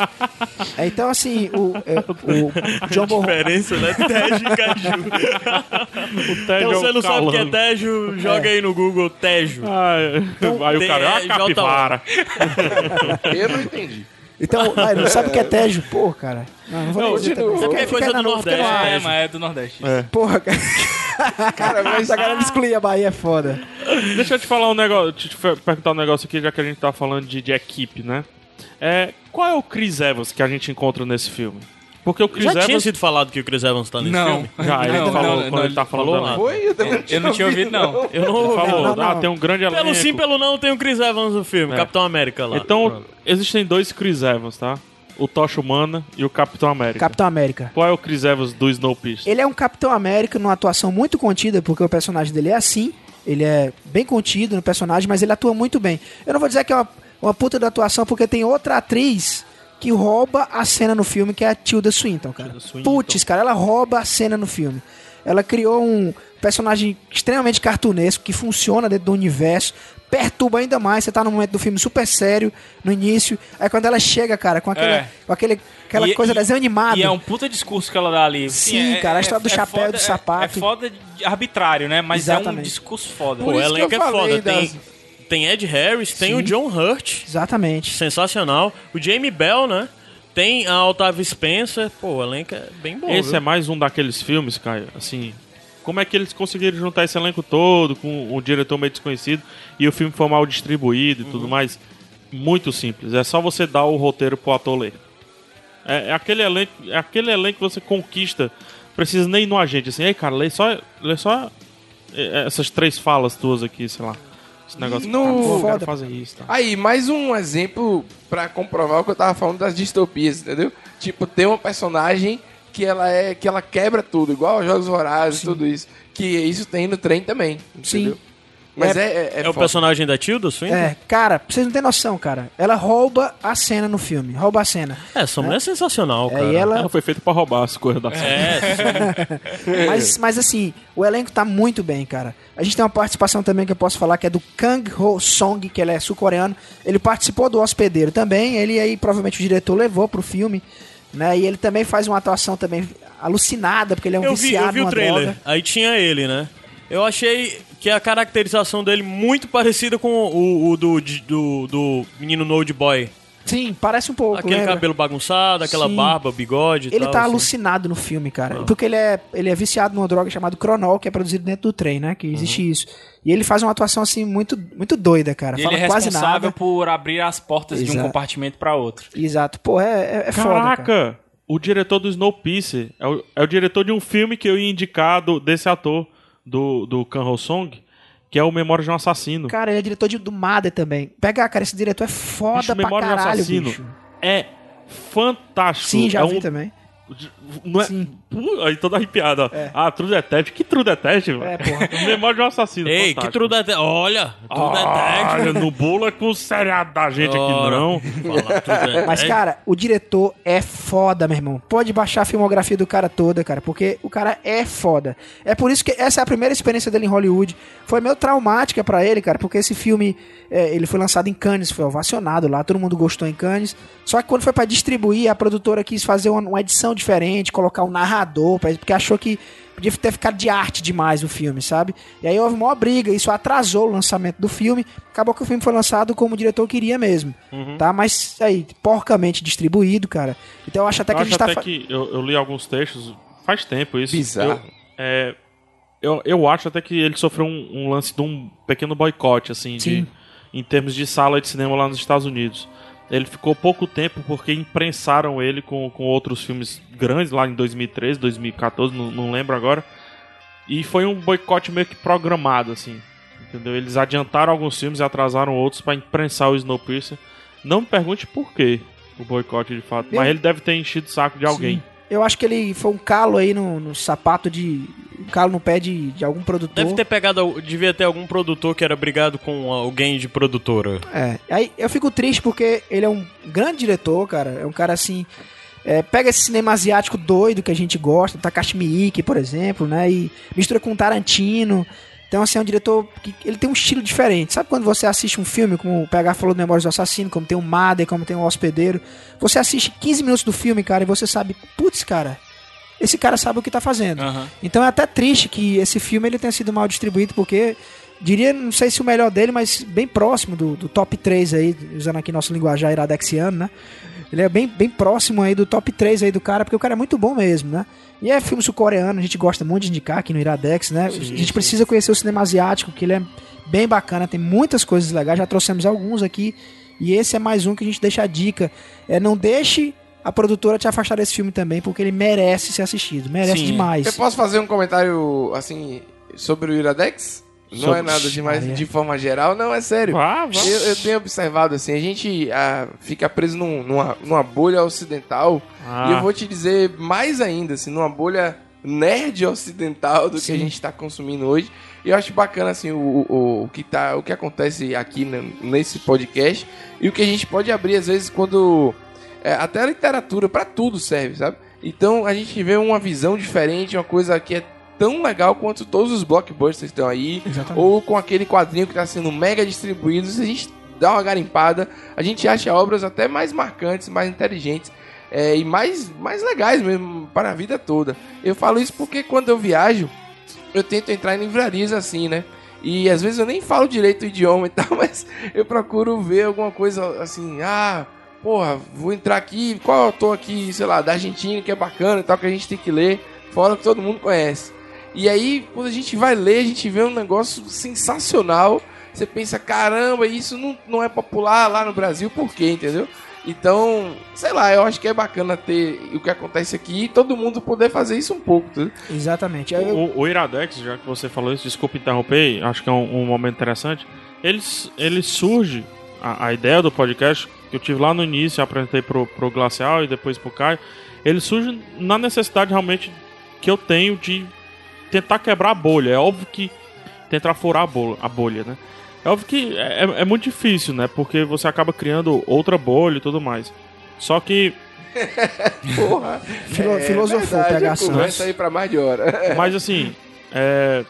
É, então, assim, o, é, o John Bo Diferença, né? Tejo e kaiju. O Tejo Então, é você o não sabe o que é calando. tejo, joga aí no Google tejo. Ai, Então, aí o cara, ah, TJ. capivara. Eu não entendi. Então, vai, não sabe o que é Tejo? Pô, cara. Não, não vou nem Não, dizer continua. também. Fica- É fica coisa aí na do nuvem, fica no Nordeste, ar. É, Tejo. mas é do Nordeste. Porra, cara. Cara, mas... Essa galera excluir a Bahia é foda. Deixa eu te falar um negócio, te te perguntar um negócio aqui, já que a gente tá falando de, de equipe, né? É, qual é o Chris Evans que a gente encontra nesse filme? Porque o Chris Já Evans... tinha sido falado que o Chris Evans tá nesse filme? Já, ele Não, falou não, quando não, ele tá ele falando falou danado. Foi? Eu também Eu não tinha ouvido, não. Eu não Ele ouvi. falou, não, não. ah, tem um grande elenco. Pelo sim, pelo não, tem o Chris Evans no filme, É. Capitão América lá. Então, Pronto. existem dois Chris Evans, tá? O Tocha Humana e o Capitão América. Capitão América. Qual é o Chris Evans do Snowpiercer? Ele é um Capitão América numa atuação muito contida, porque o personagem dele é assim. Ele é bem contido no personagem, mas ele atua muito bem. Eu não vou dizer que é uma, uma puta da atuação, porque tem outra atriz que rouba a cena no filme, que é a Tilda Swinton, cara. Tilda Swinton. Putz, cara, ela rouba a cena no filme. Ela criou um personagem extremamente cartunesco que funciona dentro do universo. Perturba ainda mais, você tá no momento do filme super sério, no início. Aí quando ela chega, cara, com, aquela, É. com aquele, aquela E- coisa e- desanimada. E é um puta discurso que ela dá ali. Sim, cara, a história do chapéu, do é- sapato. É, foda de- arbitrário, né? Mas é um Exatamente. discurso foda. Por Pô, isso elenco que eu é falei foda. das- Tem, tem Ed Harris, tem o John Hurt, Exatamente. sensacional. O Jamie Bell, né? Tem a Otávio Spencer. Pô, o elenco é bem bom. Esse viu? é mais um daqueles filmes, Caio, assim. Como é que eles conseguiram juntar esse elenco todo com o diretor meio desconhecido e o filme foi mal distribuído e tudo mais? Muito simples. É só você dar o roteiro pro ator ler. É, é aquele, elenco, é aquele elenco que você conquista. Precisa nem ir no agente. Assim, ei, cara, lê só, lê só é, essas três falas tuas aqui, sei lá. Esse negócio. No- Ah, pô, eu quero Foda. fazer isso, tá? Aí, mais um exemplo pra comprovar o que eu tava falando das distopias, entendeu? Tipo, tem uma personagem que ela é que ela quebra tudo, igual aos Jogos Vorazes, tudo isso. Que isso tem no trem também, entendeu? Sim. Mas é, é, é É o foda. personagem da Tilda Swinton? É, cara, vocês não têm noção, cara. Ela rouba a cena no filme. Rouba a cena. É, essa mulher é sensacional, É, cara. e ela- Ela Ah, foi feita pra roubar as coisas da série. É, Mas, mas assim, o elenco tá muito bem, cara. A gente tem uma participação também que eu posso falar que é do Kang Ho Song, que ele é sul-coreano. Ele participou do Hospedeiro também. Ele aí provavelmente o diretor levou pro filme, né? E ele também faz uma atuação também alucinada, porque ele é um eu vi, viciado eu vi o numa trailer. droga. Aí tinha ele, né? Eu achei que a caracterização dele muito parecida com o, o do, de- do, do menino Node Boy. Sim, parece um pouco, Aquele lembra? cabelo bagunçado, aquela Sim. barba, bigode e Ele tal, tá assim. alucinado no filme, cara. Porque ele é, ele é viciado numa droga chamada Cronol, que é produzido dentro do trem, né? Que existe isso. E ele faz uma atuação, assim, muito, muito doida, cara. E Fala ele é quase responsável nada. por abrir as portas de um Exato. compartimento pra outro. Exato. Pô, é, é, é foda, Caraca! cara. O diretor do Snowpiercer é o, é o diretor de um filme que eu ia indicar do- desse ator, do, do Kang Ho Song, que é o Memória de um Assassino. Cara, ele é diretor de, do Mother também. Pega, cara, esse diretor é foda Bicho, pra Memória de um caralho, Assassino. bicho. É fantástico. Sim, já é vi um- também. Não é... Sim. Uh, aí toda arrepiada. ó. É. Ah, True Detective. Que True Detective, velho? É, porra. Memória de um Assassino. Ei, que fantástico. True Detective. Olha, True Detective. Olha, não bula com o seriado da gente Ora, aqui, não. falar True Detective. Mas, cara, o diretor é foda, meu irmão. Pode baixar a filmografia do cara toda, cara, porque o cara é foda. É por isso que essa é a primeira experiência dele em Hollywood. Foi meio traumática pra ele, cara, porque esse filme, é, ele foi lançado em Cannes, foi ovacionado lá, todo mundo gostou em Cannes. Só que quando foi pra distribuir, a produtora quis fazer uma, uma edição diferente, colocar um narrador, pra- porque achou que podia ter ficado de arte demais o filme, sabe? E aí houve uma briga, isso atrasou o lançamento do filme. Acabou que o filme foi lançado como o diretor queria mesmo, Uhum. tá? Mas aí, porcamente distribuído, cara. Então eu acho até Eu que a acho gente tá. até fa- que eu, eu li alguns textos faz tempo isso. Bizarro. Eu, é, eu, eu acho até que ele sofreu um, um lance de um pequeno boicote, assim, de, Sim. em termos de sala de cinema lá nos Estados Unidos. Ele ficou pouco tempo porque imprensaram ele com, com outros filmes grandes lá em 2013, 2014, não, não lembro agora. E foi um boicote meio que programado, assim. Entendeu? Eles adiantaram alguns filmes e atrasaram outros pra imprensar o Snowpiercer. Não me pergunte por quê o boicote de fato, Eu- mas ele deve ter enchido o saco de alguém. Sim. Eu acho que ele foi um calo aí no, no sapato de. Um calo no pé de, de algum produtor. Deve ter pegado, al- devia ter algum produtor que era brigado com alguém de produtora. É. Aí eu fico triste porque ele é um grande diretor, cara. É um cara assim. é, pega esse cinema asiático doido que a gente gosta, Takashi Miike, por exemplo, né? E mistura com Tarantino. Então, assim, é um diretor que ele tem um estilo diferente. Sabe quando você assiste um filme, como o PH falou do Memórias do Assassino, como tem o Mader, como tem o Hospedeiro? Você assiste 15 minutos do filme, cara, e você sabe, putz, cara, esse cara sabe o que tá fazendo. Aham. Então é até triste que esse filme ele tenha sido mal distribuído, porque diria, não sei se o melhor dele, mas bem próximo do, do top 3 aí, usando aqui nosso linguajar iradexiano, né? Ele é bem, bem próximo aí do top 3 aí do cara, porque o cara é muito bom mesmo, né? E é filme sul-coreano, a gente gosta muito de indicar aqui no Iradex, né? a gente precisa conhecer o cinema asiático, que ele é bem bacana, tem muitas coisas legais, já trouxemos alguns aqui, e esse é mais um que a gente deixa a dica. É, não deixe a produtora te afastar desse filme também, porque ele merece ser assistido, merece Sim. demais. Eu posso fazer um comentário, assim, sobre o Iradex? Não Sobre- é nada Maria. demais de forma geral, não, é sério. Vá, vá. Eu, eu tenho observado, assim, a gente ah, fica preso num- numa, numa bolha ocidental Ah, E eu vou te dizer mais ainda, assim, numa bolha nerd ocidental do que a Sim. gente está consumindo hoje. E eu acho bacana, assim, o, o, o que, tá, o que acontece aqui né, nesse podcast e o que a gente pode abrir, às vezes, quando... é, até a literatura, para tudo serve, sabe? Então, a gente vê uma visão diferente, uma coisa que é tão legal quanto todos os blockbusters que estão aí, ou com aquele quadrinho que está sendo mega distribuído. Se a gente dá uma garimpada, a gente acha obras até mais marcantes, mais inteligentes é, e mais, mais legais mesmo para a vida toda. Eu falo isso porque quando eu viajo, eu tento entrar em livrarias assim, né? E às vezes eu nem falo direito o idioma e tal, mas eu procuro ver alguma coisa assim, ah, porra, vou entrar aqui, qual autor aqui, sei lá, da Argentina, que é bacana e tal, que a gente tem que ler, fora que todo mundo conhece. E aí, quando a gente vai ler, a gente vê um negócio sensacional. Você pensa, caramba, isso não, não é popular lá no Brasil, por quê, entendeu? Então, sei lá, eu acho que é bacana ter o que acontece aqui e todo mundo poder fazer isso um pouco, tá? Exatamente. Eu- O, o Iradex, já que você falou isso, desculpa interromper, acho que é um, um momento interessante. Ele, s- ele surge, a, a ideia do podcast, que eu tive lá no início, apresentei pro, pro Glacial e depois pro Caio, ele surge na necessidade realmente que eu tenho de tentar quebrar a bolha. É óbvio que tentar furar a bolha, a bolha né? É óbvio que é, é- é muito difícil, né? Porque você acaba criando outra bolha e tudo mais. Só que, Porra. É Filo- filosofou, verdade, pega a ação. conversa aí pra mais de hora. mas assim, é,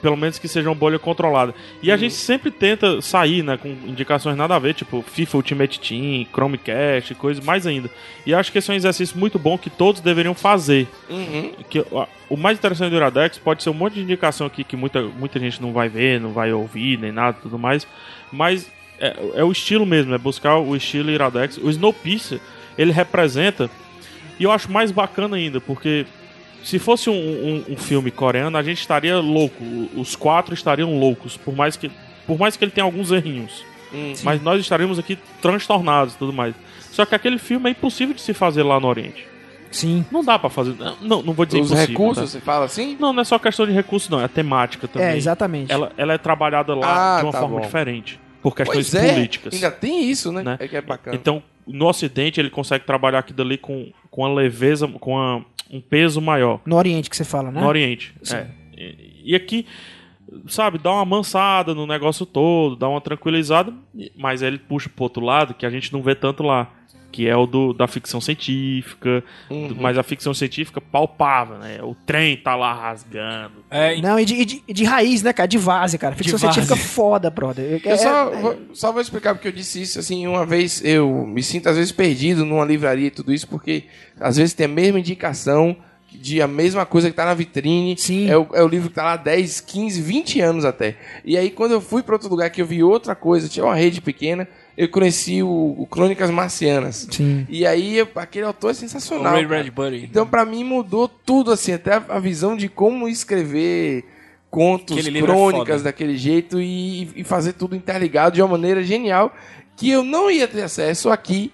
pelo menos que seja uma bolha controlada. E a gente sempre tenta sair, né, com indicações nada a ver, tipo FIFA Ultimate Team, Chromecast, coisas mais ainda. E acho que esse é um exercício muito bom que todos deveriam fazer. Uhum. Que, ó, o mais interessante do Iradex pode ser um monte de indicação aqui que muita, muita gente não vai ver, não vai ouvir, nem nada tudo mais. Mas é, é o estilo mesmo, é buscar o estilo Iradex. O Snowpiercer, ele representa. E eu acho mais bacana ainda, porque se fosse um, um- um filme coreano, a gente estaria louco. o- Os quatro estariam loucos, por mais que, por mais que ele tenha alguns errinhos. Mas nós estaríamos aqui transtornados e tudo mais. Só que aquele filme é impossível de se fazer lá no Oriente. Sim. Não dá pra fazer. Não, não vou dizer Tipo, Os impossível. recursos, tá? você fala assim? Não, não é só questão de recurso, não. É a temática também. É, exatamente. Ela, ela é trabalhada lá Ah, de uma tá forma bom. diferente. Por questões Pois é, políticas. ainda tem isso, né? Né? É que é bacana. Então, no Ocidente, ele consegue trabalhar aqui dali com, com a leveza, com a- um peso maior. No Oriente que você fala, né? No Oriente. Sim. é. E, e aqui, sabe, dá uma mansada no negócio todo, dá uma tranquilizada, mas aí ele puxa pro outro lado que a gente não vê tanto lá. Que é o do, da ficção científica, do- Uhum. mas a ficção científica palpava, né? O trem tá lá rasgando. É, Não, e de, e de- e de raiz, né, cara? De vase, cara. Ficção De vase. científica é foda, brother. Eu- Eu é- só, é- vou, só vou explicar porque eu disse isso, assim, uma vez eu me sinto às vezes perdido numa livraria e tudo isso, porque às vezes tem a mesma indicação de a mesma coisa que tá na vitrine. Sim. É o, é o livro que tá lá há 10, 15, 20 anos até. E aí quando eu fui pra outro lugar que eu vi outra coisa, tinha uma rede pequena, eu conheci o, o Crônicas Marcianas. Sim. E aí eu- aquele autor é o sensacional. Ray cara. Red Buddy. Então, pra mim, mudou tudo, assim, até a a visão de como escrever contos, Aquele livro é crônicas foda. daquele jeito e, e fazer tudo interligado de uma maneira genial que eu não ia ter acesso aqui,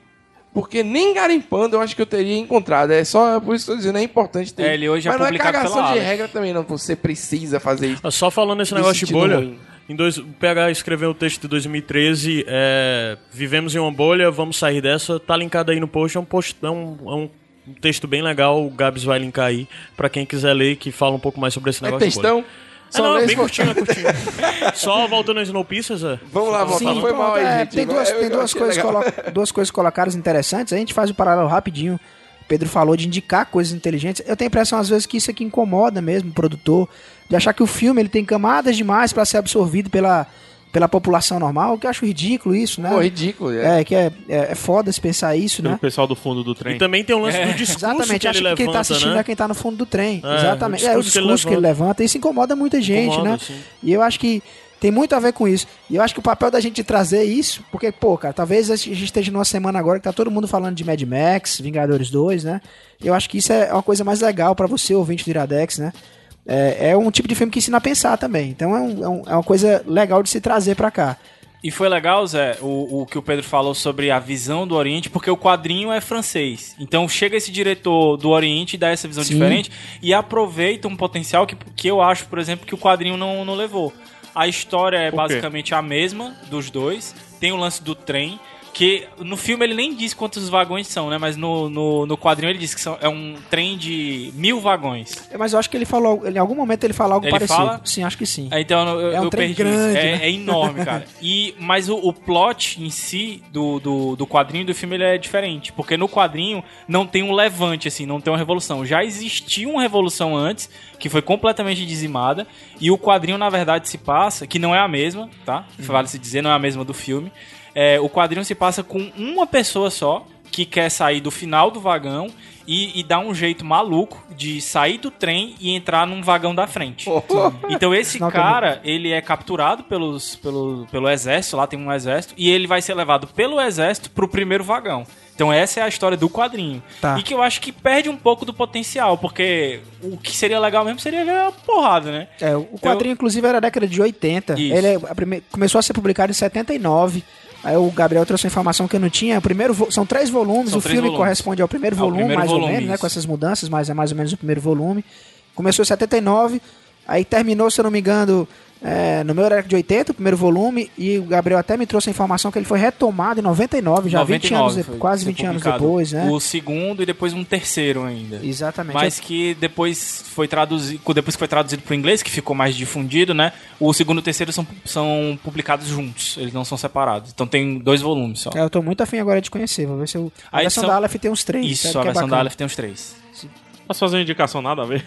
porque nem garimpando eu acho que eu teria encontrado. É só por isso que eu tô dizendo, é importante ter. É, ele hoje é Mas não é publicado pela cagação de Aleph. regra também, não. Você precisa fazer isso. Ah, Só falando esse No negócio de sentido bolha, ruim. em dois, o PH escreveu o texto de 2013, é, vivemos em uma bolha, vamos sair dessa, tá linkado aí no post, é um post, é um, é um texto bem legal, o Gabs vai linkar aí, pra quem quiser ler, que fala um pouco mais sobre esse É negócio de bolha. textão. É, Ah, não, é lê esse bem po- curtinho, é curtinho. Só voltando é. aos Snowpiercer, Zé. Vamos lá, voltar. Sim, tá Foi mal aí, pronto, é, gente. Tem, duas, Eu- eu tem duas, achei coisas legal. colo- duas coisas que colocaram interessantes. A gente faz o paralelo rapidinho. O Pedro falou de indicar coisas inteligentes. Eu tenho a impressão, às vezes, que isso aqui incomoda mesmo o produtor. De achar que o filme ele tem camadas demais pra ser absorvido pela, pela população normal. O que eu acho ridículo isso, né? Pô, ridículo. É. É, que é, é, é foda se pensar isso, Tem o né? pessoal do fundo do trem. É. E também tem o lance do discurso Exatamente, que ele acho que levanta, quem tá assistindo né? é quem tá no fundo do trem. É, Exatamente. o É o discurso que ele discurso que ele levanta. Isso incomoda muita gente, Incomoda, né? assim. E eu acho que tem muito a ver com isso. E eu acho que o papel da gente trazer isso, porque, pô, cara, talvez a gente esteja numa semana agora que tá todo mundo falando de Mad Max, Vingadores 2, né? Eu acho que isso é uma coisa mais legal pra você, ouvinte do Iradex, né? É, é um tipo de filme que ensina a pensar também. Então é, um- é um- é uma coisa legal de se trazer pra cá. E foi legal, Zé, o, o que o Pedro falou sobre a visão do Oriente, porque o quadrinho é francês. Então chega esse diretor do Oriente e dá essa visão Sim. diferente e aproveita um potencial que, que eu acho, por exemplo, que o quadrinho não, não levou. A história é quê? basicamente a mesma dos dois, tem o lance do trem. Que no filme ele nem diz quantos vagões são, né? Mas no, no, no quadrinho ele diz que são, é um trem de mil vagões. É, Mas eu acho que ele falou, ele, em algum momento ele fala algo Ele parecido. fala? Sim, acho que sim. Ah, Então eu, É um eu trem perdi. grande, é, né? é enorme, cara. E, mas o, o plot em si do, do, do quadrinho e do filme ele é diferente. Porque no quadrinho não tem um levante, assim, não tem uma revolução. Já existiu uma revolução antes, que foi completamente dizimada. E o quadrinho, na verdade, se passa, que não é a mesma, tá? Uhum. Vale se dizer, não é a mesma do filme. É, o quadrinho se passa com uma pessoa só, que quer sair do final do vagão. E, e dá um jeito maluco de sair do trem e entrar num vagão da frente. Então esse Oh. Não, tá cara, ele é capturado pelos, pelo, pelo exército, lá tem um exército, e ele vai ser levado pelo exército pro primeiro vagão. Então essa é a história do quadrinho. Tá. E que eu acho que perde um pouco do potencial, porque o que seria legal mesmo seria ver a porrada, né? É, o quadrinho, inclusive, era da década de 80. Isso. Ele é a prime- começou a ser publicado em 79. Aí o Gabriel trouxe uma informação que eu não tinha. O primeiro vo- São três volumes, São o três filme volumes. corresponde ao primeiro Ao volume, primeiro mais ou volume, menos, né? isso. Com essas mudanças, mas é mais ou menos o primeiro volume. Começou em 79, aí terminou, se eu não me engano, é, no meu era de 80, o primeiro volume, e o Gabriel até me trouxe a informação que ele foi retomado em 99, já 20 anos, de- foi quase ser 20 anos publicado. depois, né? O segundo e depois um terceiro ainda. Exatamente. Mas que depois foi traduzido, depois que foi traduzido pro inglês, que ficou mais difundido, né? O segundo e o terceiro são, são publicados juntos, eles não são separados. Então tem dois volumes só. É, eu tô muito afim agora de conhecer, vou ver se eu... A A versão edição- da Aleph tem uns três, sabe, Isso, que a é versão da bacana. Aleph tem os três. Posso fazer uma indicação nada a ver?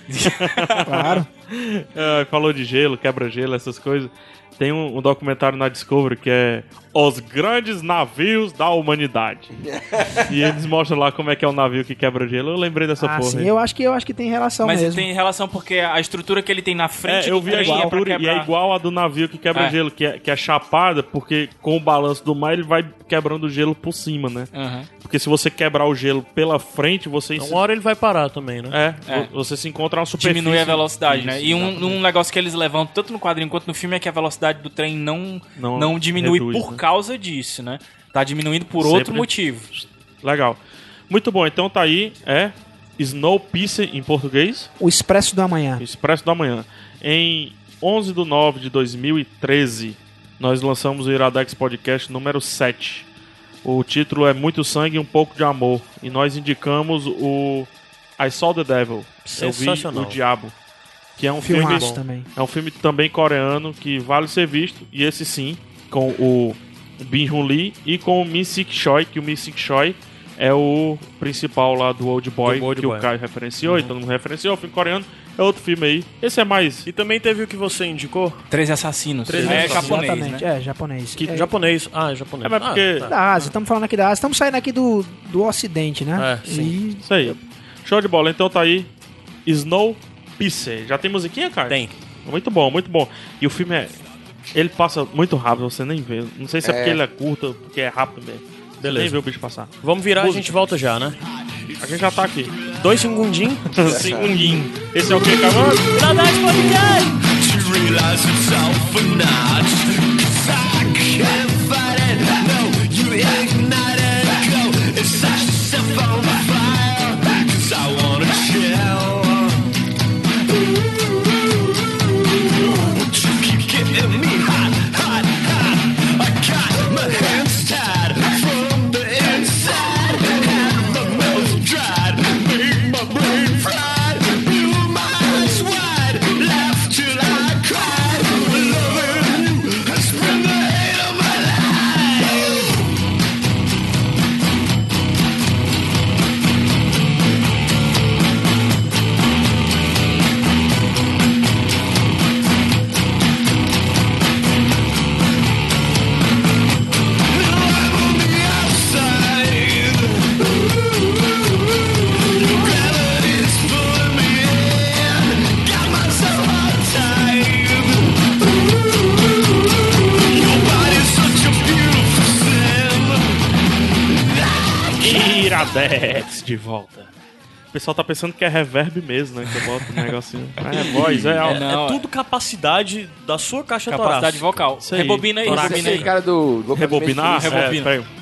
Claro. É, falou de gelo, quebra-gelo, essas coisas. Tem um, um documentário na Discovery que é Os Grandes Navios da Humanidade. e eles mostram lá como é que é o navio que quebra gelo. Eu lembrei dessa Ah, porra. sim, aí. eu acho que eu acho que tem relação Mas Então mesmo. tem relação porque a estrutura que ele tem na frente. É, eu do vi a trem é pra estrutura e é quebrar. igual a do navio que quebra É. gelo, que é, que é chapada, porque com o balanço do mar ele vai quebrando o gelo por cima, né? Aham. Porque se você quebrar o gelo pela frente, você... Então, uma hora ele vai parar também, né? É, É. vo- você se encontra uma superfície... Diminui a velocidade, né? Isso, E um, exatamente. um negócio que eles levantam tanto no quadrinho quanto no filme é que a velocidade do trem não, Não não, diminui reduz, por né? causa disso, né? Tá diminuindo por Sempre. outro motivo. Legal. Muito bom, então tá aí, é... Snow Peace em português. O Expresso do Amanhã. Expresso da Manhã. Em 11 de 9 de 2013, nós lançamos o Iradex Podcast número 7. O título é Muito Sangue e um Pouco de Amor. E nós indicamos o I Saw the Devil. Eu vi Sensacional. o Diabo. Que é um filme Filmaço também. é um filme também coreano que vale ser visto, e esse sim, com o Bin Hun Lee e com o Min Sik Choi, que o Min Sik Choi é o principal lá do Old Boy, Do Old que Boy. Uhum. o Caio referenciou, então não referenciou, o filme coreano é outro filme aí. Esse é mais E também teve o que você indicou, Três assassinos. Três é assassinos. japonês, né? Exatamente, é, japonês. Que é, japonês. Ah, é japonês. É, mas Ah, porque- tá. Da Ásia, estamos falando aqui da Ásia, estamos saindo aqui do, do Ocidente, É, né? sim. isso aí. Show de bola, então tá aí Snow Peace. Já tem musiquinha, Caio? Tem. Muito bom, muito bom. E o filme é ele passa muito rápido, você nem vê. Não sei se é, porque ele é curto, ou porque é rápido mesmo. Você nem Beleza. vê o bicho passar. Vamos virar, a Música. gente volta já, né? A gente já tá aqui. Dois segundinhos. Segundinho. Esse é o que, Camargo? to realize itself or not. Cause I can't fight it. No, you ignite it. Go and set yourself on fire. Cause I wanna chill. But you keep getting me hot, hot, hot. I got my hands tied from the inside. Had my mouth dried. Made my brain fried. Blew my eyes wide. Laughed till I cried. Loving you has been the hate of my life. Iradex de volta. O pessoal tá pensando que é reverb mesmo, né? Que eu boto um negocinho. Mas é voz, é É, alto. não, é é tudo capacidade da sua caixa Capacidade torácica. vocal. Isso aí. Rebobina aí, Torácica. rebobina Esse aí. cara do Loucamente né? Rebobinar? Feliz. Rebobina. É, peraí.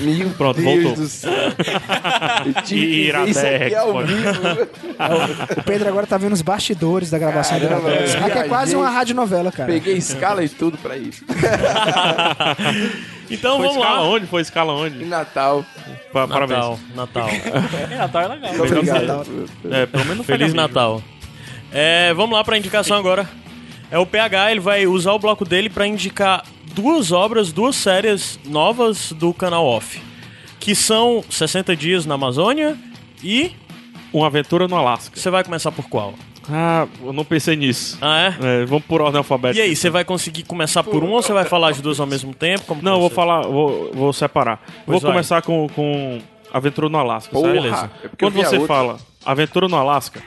Meu Pronto, Deus voltou. do céu. Eu tive que ver Isso aqui Iradex, ao pode. vivo. O Pedro agora tá vendo os bastidores da gravação do Caramba, Iradex. velho. Aqui é quase Viajei. uma radionovela, cara. Peguei escala e tudo pra isso. Então Foi vamos escala lá. onde? Foi escala Em onde? Natal. Pa- Natal, Parabéns. Natal. É, Natal é legal. Melhor Obrigado. É, pelo menos não foi Feliz amigo. Natal. É, vamos lá pra indicação agora. É o PH, ele vai usar o bloco dele pra indicar duas obras, duas séries novas do canal Off, que são 60 dias na Amazônia e Uma aventura no Alasca. você vai começar por qual? Ah, eu não pensei nisso. Ah, é? É, vamos por ordem E alfabética. aí, você vai conseguir começar por um ou você vai falar as duas ao mesmo tempo? Como que Não, vai vou ser? falar, vou, vou separar. vou Pois vai. começar com, com Aventura no Alasca, Porra, sabe? Beleza. é porque eu Hum. Quando vi a você outra. fala Aventura no Alasca,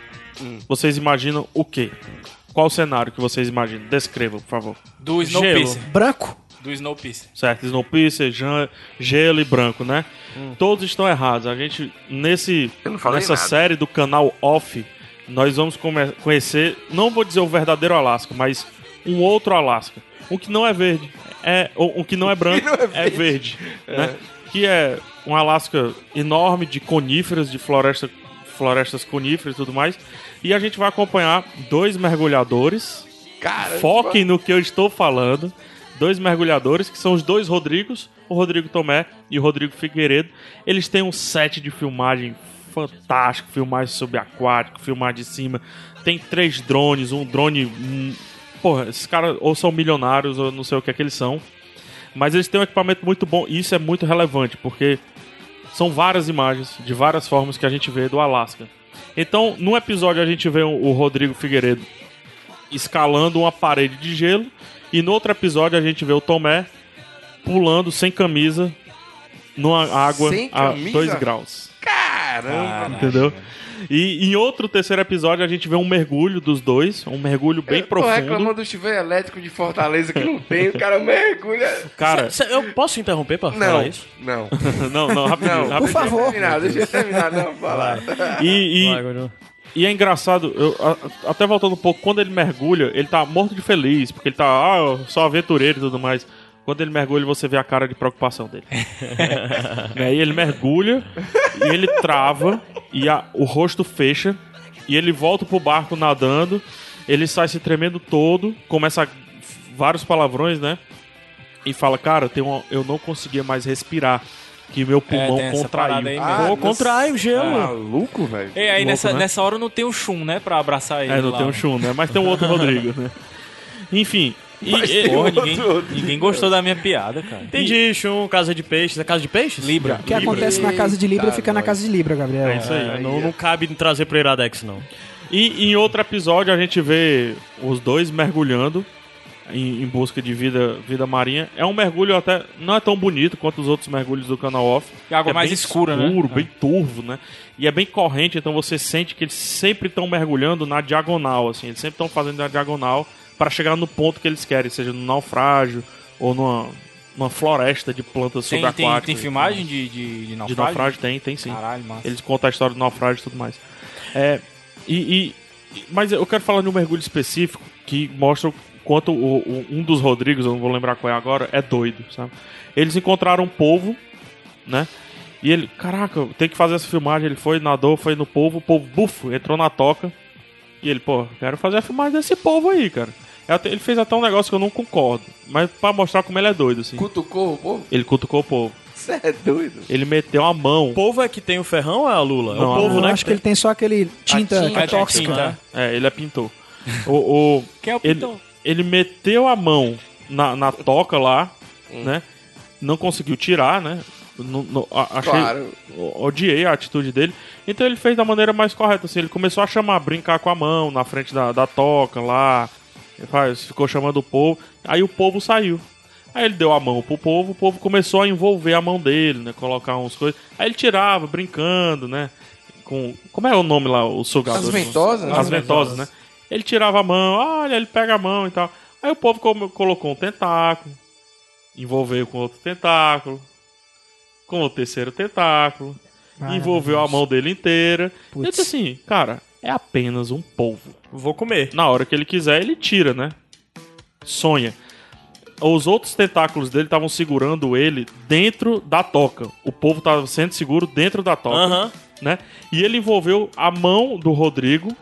vocês imaginam o quê? Qual o cenário que vocês imaginam? Descrevam, por favor. Do Snowpiercer. Branco? Do Snowpiercer. Certo, Snowpiercer, jan- gelo e branco, né? Todos estão errados. A gente, nesse, Eu não falei nessa nada. série do canal Off, nós vamos come- conhecer, não vou dizer o verdadeiro Alasca, mas um outro Alasca. Um que não é verde, é, ou um que não é branco, é verde. né? Que é um Alasca enorme de coníferas, de floresta, florestas coníferas e tudo mais. E a gente vai acompanhar dois mergulhadores Cara, tipo, Foquem no que eu estou falando. Dois mergulhadores, que são os dois Rodrigos, o Rodrigo Tomé e o Rodrigo Figueiredo. Eles têm um set de filmagem fantástico, filmagem subaquático, filmagem de cima. Tem três drones, um drone... hum, Porra, esses caras ou são milionários ou não sei o que é que eles são. Mas eles têm um equipamento muito bom e isso é muito relevante, porque são várias imagens de várias formas que a gente vê do Alasca. Então, num episódio a gente vê o Rodrigo Figueiredo escalando uma parede de gelo. E no outro episódio a gente vê o Tomé pulando sem camisa numa água Sem a camisa? 2 graus. Caramba. Entendeu? E em outro terceiro episódio a gente vê um mergulho dos dois, um mergulho bem eu Tô profundo. reclamando do chuveiro elétrico de Fortaleza que não tem. O cara mergulha. Cara, Cê- Eu posso interromper pra Não, falar isso? não. não, não, rapidinho, Não. rapidinho. Por favor. Terminar, deixa eu terminar, não, falar. E, e- Vai, Gordon. e é engraçado, eu- a- até voltando um pouco, quando ele mergulha, ele tá morto de feliz, porque ele tá, ah, eu sou aventureiro e tudo mais. Quando ele mergulha, você vê a cara de preocupação dele. Né, e aí ele mergulha, e ele trava, e a- o rosto fecha, e ele volta pro barco nadando, ele sai se tremendo todo, começa a- vários palavrões, né? E fala, cara, tem uma- eu não conseguia mais respirar, que meu pulmão É, tem essa parada aí contraiu. mesmo. Ah, Ah, Pô, nossa. contrai o gelo. Maluco, velho. E aí Louco, nessa, né? nessa hora não tem o Shun, né? Pra abraçar ele. É, não lá. tem o Chum, né? Mas tem um outro Rodrigo, né? Enfim. E, e- Porra, ninguém, ninguém gostou da minha piada, cara. Entendi, Chum, casa de peixes. É casa de peixes? Libra. O que acontece na casa de Libra Eita, fica na nós. casa de Libra, Gabriel. é isso aí. É, não, não cabe trazer pro Iradex, não. E em outro episódio a gente vê os dois mergulhando em, em busca de vida, vida marinha. É um mergulho até. não é tão bonito quanto os outros mergulhos do canal off. É água É mais bem escura, né? escuro, bem turvo, né? E é bem corrente, então você sente que eles sempre estão mergulhando na diagonal, assim. Eles sempre estão fazendo na diagonal para chegar no ponto que eles querem, seja no naufrágio ou numa, numa floresta de plantas Tem, tem, subaquáticas. tem filmagem de, de, de né? De naufrágio? naufrágio tem, tem sim. Caralho, massa. Eles contam a história do naufrágio e tudo mais. É, e, e- e- mas eu quero falar de um mergulho específico que mostra o quanto o- o- um dos Rodrigos, eu não vou lembrar qual é agora, é doido, sabe? Eles encontraram um povo, né? E ele, caraca, tem que fazer essa filmagem. Ele foi, nadou, foi no povo, o povo, bufo, entrou na toca. E ele, pô, quero fazer a filmagem desse povo aí, cara. Eu até- Ele fez até um negócio que eu não concordo, mas pra mostrar como ele é doido, assim. Cutucou o povo? Ele cutucou o povo. Você é doido. Ele meteu a mão O povo é que tem o ferrão ou é a Lula? Não, é o a povo, Eu né? acho que ele tem só aquele tinta, tinta, que é É, tóxica. tinta, né? É, ele é pintor. O, o- Quem é o ele, pintor? ele meteu a mão na, na toca lá, né? Não conseguiu tirar, né? Não- não- a- achei- Claro. o- Odiei a atitude dele. Então ele fez da maneira mais correta. Assim, ele começou a chamar, brincar com a mão na frente da, da toca lá. Ele faz- Ficou chamando o povo. Aí o povo saiu. Aí ele deu a mão pro povo, o povo começou a envolver a mão dele, né? Colocar uns coisas. Aí ele tirava, brincando, né? Com. Como é o nome lá, o sugador? As ventosas? As ventosas, né? Ele tirava a mão, olha, ele pega a mão e tal. Aí o povo come- colocou um tentáculo, envolveu com outro tentáculo, com o terceiro tentáculo, Ah, envolveu a mão dele inteira. Putz. Ele disse assim, cara, é apenas um polvo. Vou comer. Na hora que ele quiser, ele tira, né? Sonha. Os outros tentáculos dele estavam segurando ele dentro da toca. O povo estava sendo seguro dentro da toca Aham. né? E ele envolveu a mão do Rodrigo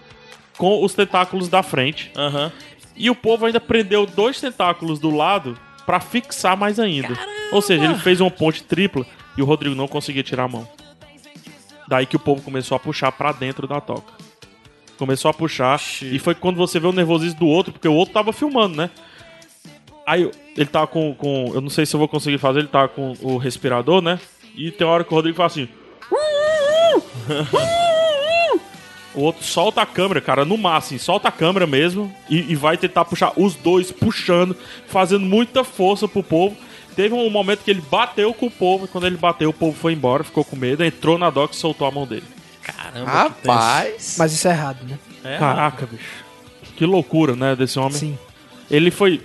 com os tentáculos da frente. Aham. E o povo ainda prendeu dois tentáculos do lado pra fixar mais ainda. Caramba! Ou seja, ele fez uma ponte tripla e o Rodrigo não conseguia tirar a mão. Daí que o povo começou a puxar pra dentro da toca. Começou a puxar e foi quando você vê o nervosismo do outro, porque o outro tava filmando, né? Aí eu- ele tava com, com. Eu não sei se eu vou conseguir fazer, ele tava com o respirador, né? E tem hora que o Rodrigo fala assim. O outro solta a câmera, cara, no máximo, assim, solta a câmera mesmo e, e vai tentar puxar os dois puxando, fazendo muita força pro povo. Teve um momento que ele bateu com o povo, e quando ele bateu, o povo foi embora, ficou com medo, entrou na dock e soltou a mão dele. Caramba, Rapaz. Mas isso é errado, né? Caraca, bicho. Que loucura, né, desse homem. Sim, Ele foi.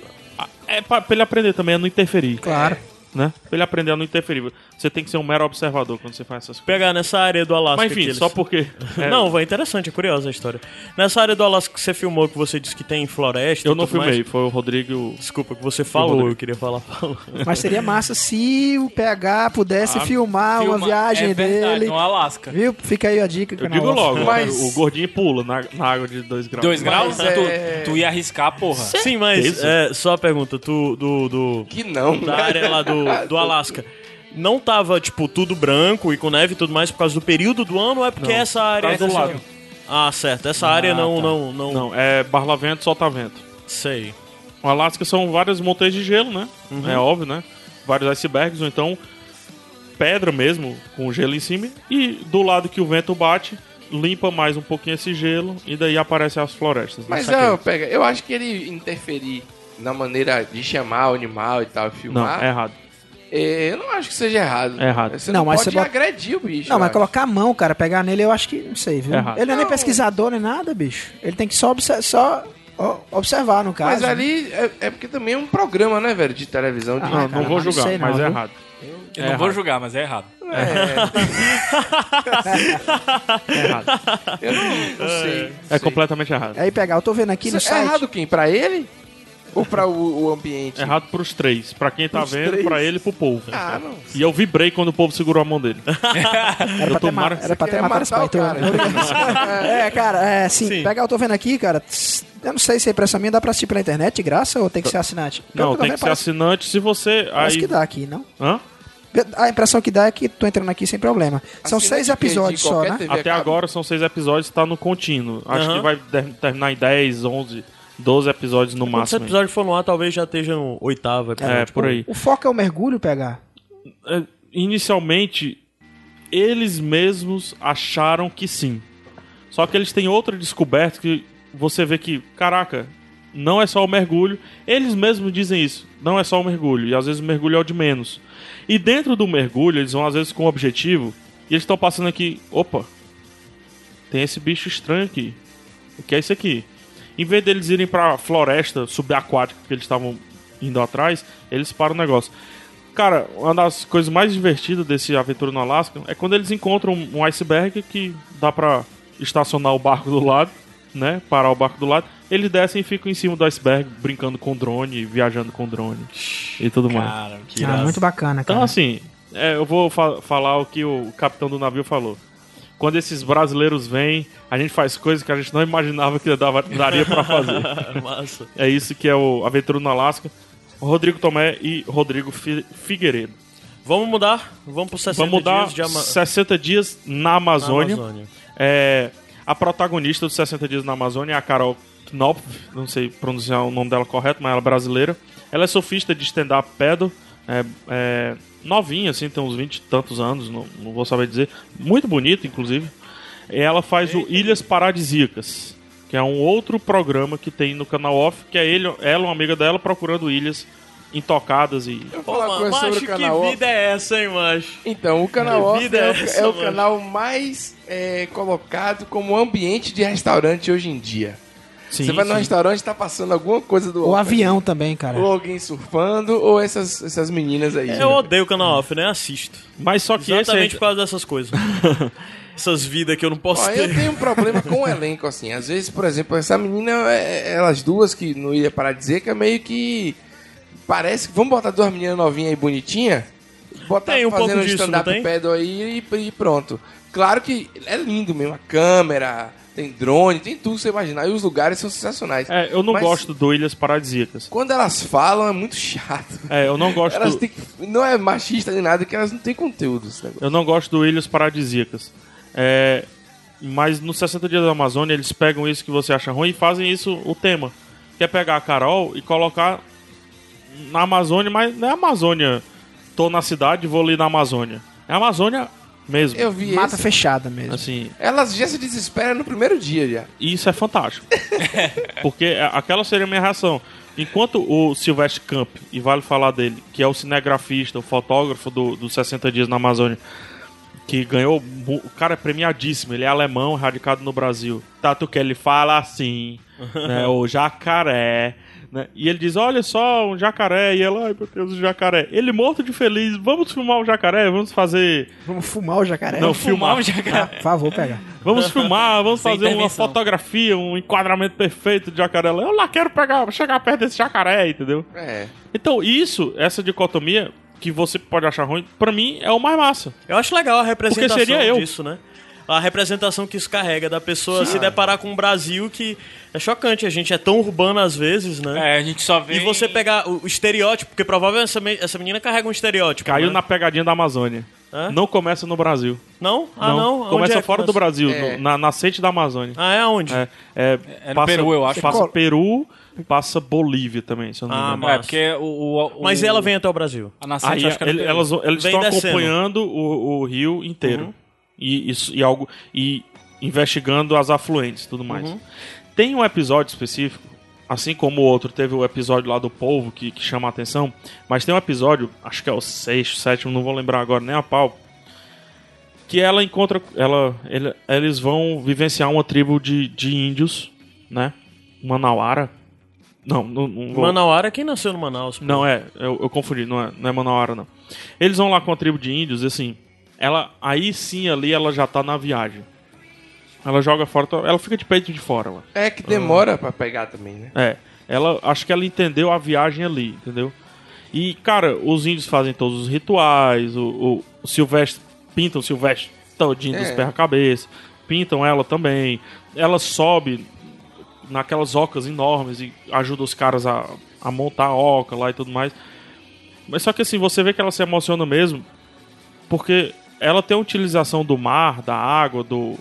É pra, pra ele aprender também a não interferir. claro. Né? Pra ele aprender a não interferir. Você tem que ser um mero observador quando você faz essas coisas. Pegar nessa área do Alasca. Mas que enfim, eles- só porque. é, Não, vai interessante, é curiosa a história. Nessa área do Alasca que você filmou, que você disse que tem floresta. eu e não tudo mais. filmei, foi o Rodrigo. e o- Desculpa, que você falou, eu queria falar. falou. Mas seria massa se o PH pudesse filmar Ah, uma Filma- viagem é verdade, dele. No Alasca. Viu? Fica aí a dica. Eu canal digo Off. logo, Mas- o gordinho pula na, na água de 2 graus. 2 graus? é- Tu, tu ia arriscar, porra. Sim, mas Certeza. é, só a pergunta, tu do, do Que não. né? da área lá do, do Alasca. Não tava, tipo, tudo branco e com neve e tudo mais por causa do período do ano ou é porque essa área. por causa do dessa- lado. Ah, certo. Essa área não, não, não. tá. Não, é barla vento, solta vento. Sei. O Alasca são várias montanhas de gelo, né? É óbvio, né? Vários icebergs, ou então pedra mesmo, com gelo em cima. E do lado que o vento bate, limpa mais um pouquinho esse gelo e daí aparecem as florestas. né? Mas é Saquei. não, pega. Eu acho que ele interferir na maneira de chamar o animal e tal, Não, filmar. é errado. é, eu não acho que seja errado. É errado. Você não, Não, mas pode você bota- agredir o bicho. Não, eu mas acho. colocar a mão, cara, pegar nele, eu acho que não sei, viu? Errado. Ele não é nem Não. pesquisador nem nada, bicho. Ele tem que só, obser- só ó, observar, no caso. Mas ali é, é porque também é um programa, né, velho? De televisão. De... Ah, Ah, Não, cara, não vou não julgar, sei não, mas é viu? errado. Eu É não vou errado. julgar, mas é errado. É errado. Eu não, não sei. É não sei. completamente errado. Aí pegar, eu tô vendo aqui Isso no é site. errado quem? Pra ele? Ou pra o, o ambiente? Errado pros três. Pra quem tá Pros vendo, três? pra ele e pro povo. Ah, não. E eu vibrei quando o povo segurou a mão dele. Era Eu pra ter, tomara ma- que era é pra ter queria matado esse pai. é matar o né? então- é, cara, é assim, pegar, eu tô vendo aqui, cara. tss, Eu não sei se é impressão minha, dá pra assistir pela internet de graça ou tem que ser assinante? Pelo Não, eu tô tem vendo, que ser parece, assinante se você. parece Aí... que dá aqui, não? Hã? A impressão que dá é que tô entrando aqui sem problema. São Assinante seis de quê? De episódios só, qualquer né? TV a Até cabo? agora são seis episódios, tá no contínuo. Acho Aham. que vai der- terminar em 10, 11, 12 episódios no Quando esse máximo. episódio for no ar, talvez já esteja no oitavo episódio. É, por aí. O foco é o mergulho, pegar. É, Inicialmente, eles mesmos acharam que sim. Só que eles têm outra descoberta que você vê que, caraca, não é só o mergulho. Eles mesmos dizem isso, não é só o mergulho. E às vezes o mergulho é o de menos. E dentro do mergulho, eles vão às vezes com um objetivo e eles estão passando aqui, opa, tem esse bicho estranho aqui. O que é isso aqui? Em vez deles irem pra floresta subaquática que eles estavam indo atrás, eles param o negócio. Cara, uma das coisas mais divertidas desse aventura no Alasca é quando eles encontram um iceberg que dá pra estacionar o barco do lado, né? Parar o barco do lado. Eles descem e ficam em cima do iceberg brincando com drone, viajando com drone e tudo mais. Cara, que Ah, irado. muito bacana, cara. Então, assim, é, eu vou fa- falar o que o capitão do navio falou. Quando esses brasileiros vêm, a gente faz coisas que a gente não imaginava que dava- daria pra fazer. Massa. É isso que é o Aventura no Alasca. Rodrigo Tomé e Rodrigo Fi- Figueiredo. Vamos mudar? Vamos pro 60 Vamos mudar dias de ama... 60 dias na na Amazônia. Amazônia. É, a protagonista dos 60 Dias na Amazônia é a Carol Knopf, não sei pronunciar o nome dela correto, mas ela é brasileira. Ela é surfista de stand-up pedal, é, é, novinha, assim, tem uns 20 e tantos anos, não, não vou saber dizer. Muito bonita, inclusive. E Ela faz o Ilhas Paradisíacas, que é um outro programa que tem no canal off, que é ele, ela, uma amiga dela, procurando ilhas intocadas e Eu vou Pô, falar uma mano, coisa sobre macho, o que canal Off. vida é essa, hein, macho? Então, o canal Que Off vida é, o, é essa, é o mano? canal mais é, colocado como ambiente de restaurante hoje em dia. Você vai num restaurante, tá passando alguma coisa do O Off. avião também, cara. Ou alguém surfando, ou essas, essas meninas aí. Eu odeio o canal off, né? Assisto. Mas só que esse é- Exatamente por causa dessas coisas. Essas vidas que eu não posso Ó, ter. eu tenho um problema com o elenco, assim. Às vezes, por exemplo, essa menina, é- elas duas que não ia parar de dizer, que é meio que. Parece que. Vamos botar duas meninas novinhas aí bonitinha? Botar Tem um pouco fazendo disso, não stand-up tem? pedal aí e, e pronto. Claro que é lindo mesmo, a câmera, tem drone, tem tudo que você imaginar. E os lugares são sensacionais. É, eu não Mas gosto do Ilhas Paradisíacas. Quando elas falam, é muito chato. É, eu não gosto. Elas têm que- Não é machista nem nada, que elas não têm conteúdo. esse negócio. Eu não gosto do Ilhas Paradisíacas. É, mas nos 60 Dias da Amazônia eles pegam isso que você acha ruim e fazem isso o tema. Que é pegar a Carol e colocar na Amazônia, mas não é Amazônia. Tô na cidade e vou ali na Amazônia. É Amazônia mesmo. Eu vi Mata esse. fechada mesmo. Assim, Elas já se desesperam no primeiro dia já. e isso é fantástico. Porque a- aquela seria a minha reação. Enquanto o Silvestre Camp, e vale falar dele, que é o cinegrafista, o fotógrafo do, do 60 Dias na Amazônia, que ganhou. mu- O cara é premiadíssimo, ele é alemão, radicado no Brasil. Tanto que ele fala assim, né? O jacaré. Né? E ele diz: Olha só, um jacaré. E ela, ai meu Deus, o jacaré. Ele morto de feliz, vamos filmar o jacaré, vamos fazer. Vamos fumar o jacaré? Não, Tá, filmar. Fumar um jacaré. Por favor, pegar. Vamos filmar, vamos Sem fazer uma intervenção. fotografia, um enquadramento perfeito de jacaré. Ela, Eu lá quero pegar, chegar perto desse jacaré, entendeu? É. Então, isso, essa dicotomia que você pode achar ruim, pra mim é o mais massa. Eu acho legal a representação seria eu. disso, né? A representação que isso carrega da pessoa se deparar com um Brasil que é chocante. A gente é tão urbano às vezes, né? É, a gente só vê. E você pegar o o estereótipo, porque provavelmente essa, me- essa menina carrega um estereótipo. Caiu né? na pegadinha da Amazônia. Hã? Não começa no Brasil. Não? Ah, não. Onde Começa é que fora do começa? Brasil, É. no- na nascente da Amônia. Ah, é onde? É, é, no Peru, eu acho. Passa Colo- Peru, passa Bolívia também, se eu não me Ah, engano. É, porque o. o- o- Mas ela vem até o Brasil. A nação Aí, acho que é no ele- Peru. elas, eles Vem estão descendo. Uhum. acompanhando o, o rio inteiro. E, isso- e algo e investigando as afluentes e tudo mais. Uhum. Tem um episódio específico, assim como o outro, teve o episódio lá do povo que, que chama a atenção, mas tem um episódio, acho que é o sexto, sétimo, não vou lembrar agora nem a pau, que ela encontra. Ela, ele- eles vão vivenciar uma tribo de, de índios, né? Manauara. Não, não, não vou. Manauara, quem nasceu no Manaus? pô? Não, é, eu, eu confundi, não é, não é Manauara, não. Eles vão lá com a tribo de índios, e assim, ela, aí sim ali ela já tá na viagem. Ela joga fora, ela fica de peito de fora, ela. É que demora pra pegar também, né? É, ela, acho que ela entendeu a viagem ali, entendeu? E, cara, os índios fazem todos os rituais, o, o- o Silvestre, pintam o Silvestre todinho, É. desperra a cabeça, pintam ela também, ela sobe naquelas ocas enormes e ajuda os caras a, a montar a oca lá e tudo mais. Mas só que assim, você vê que ela se emociona mesmo, porque ela tem a utilização do mar, da água, do,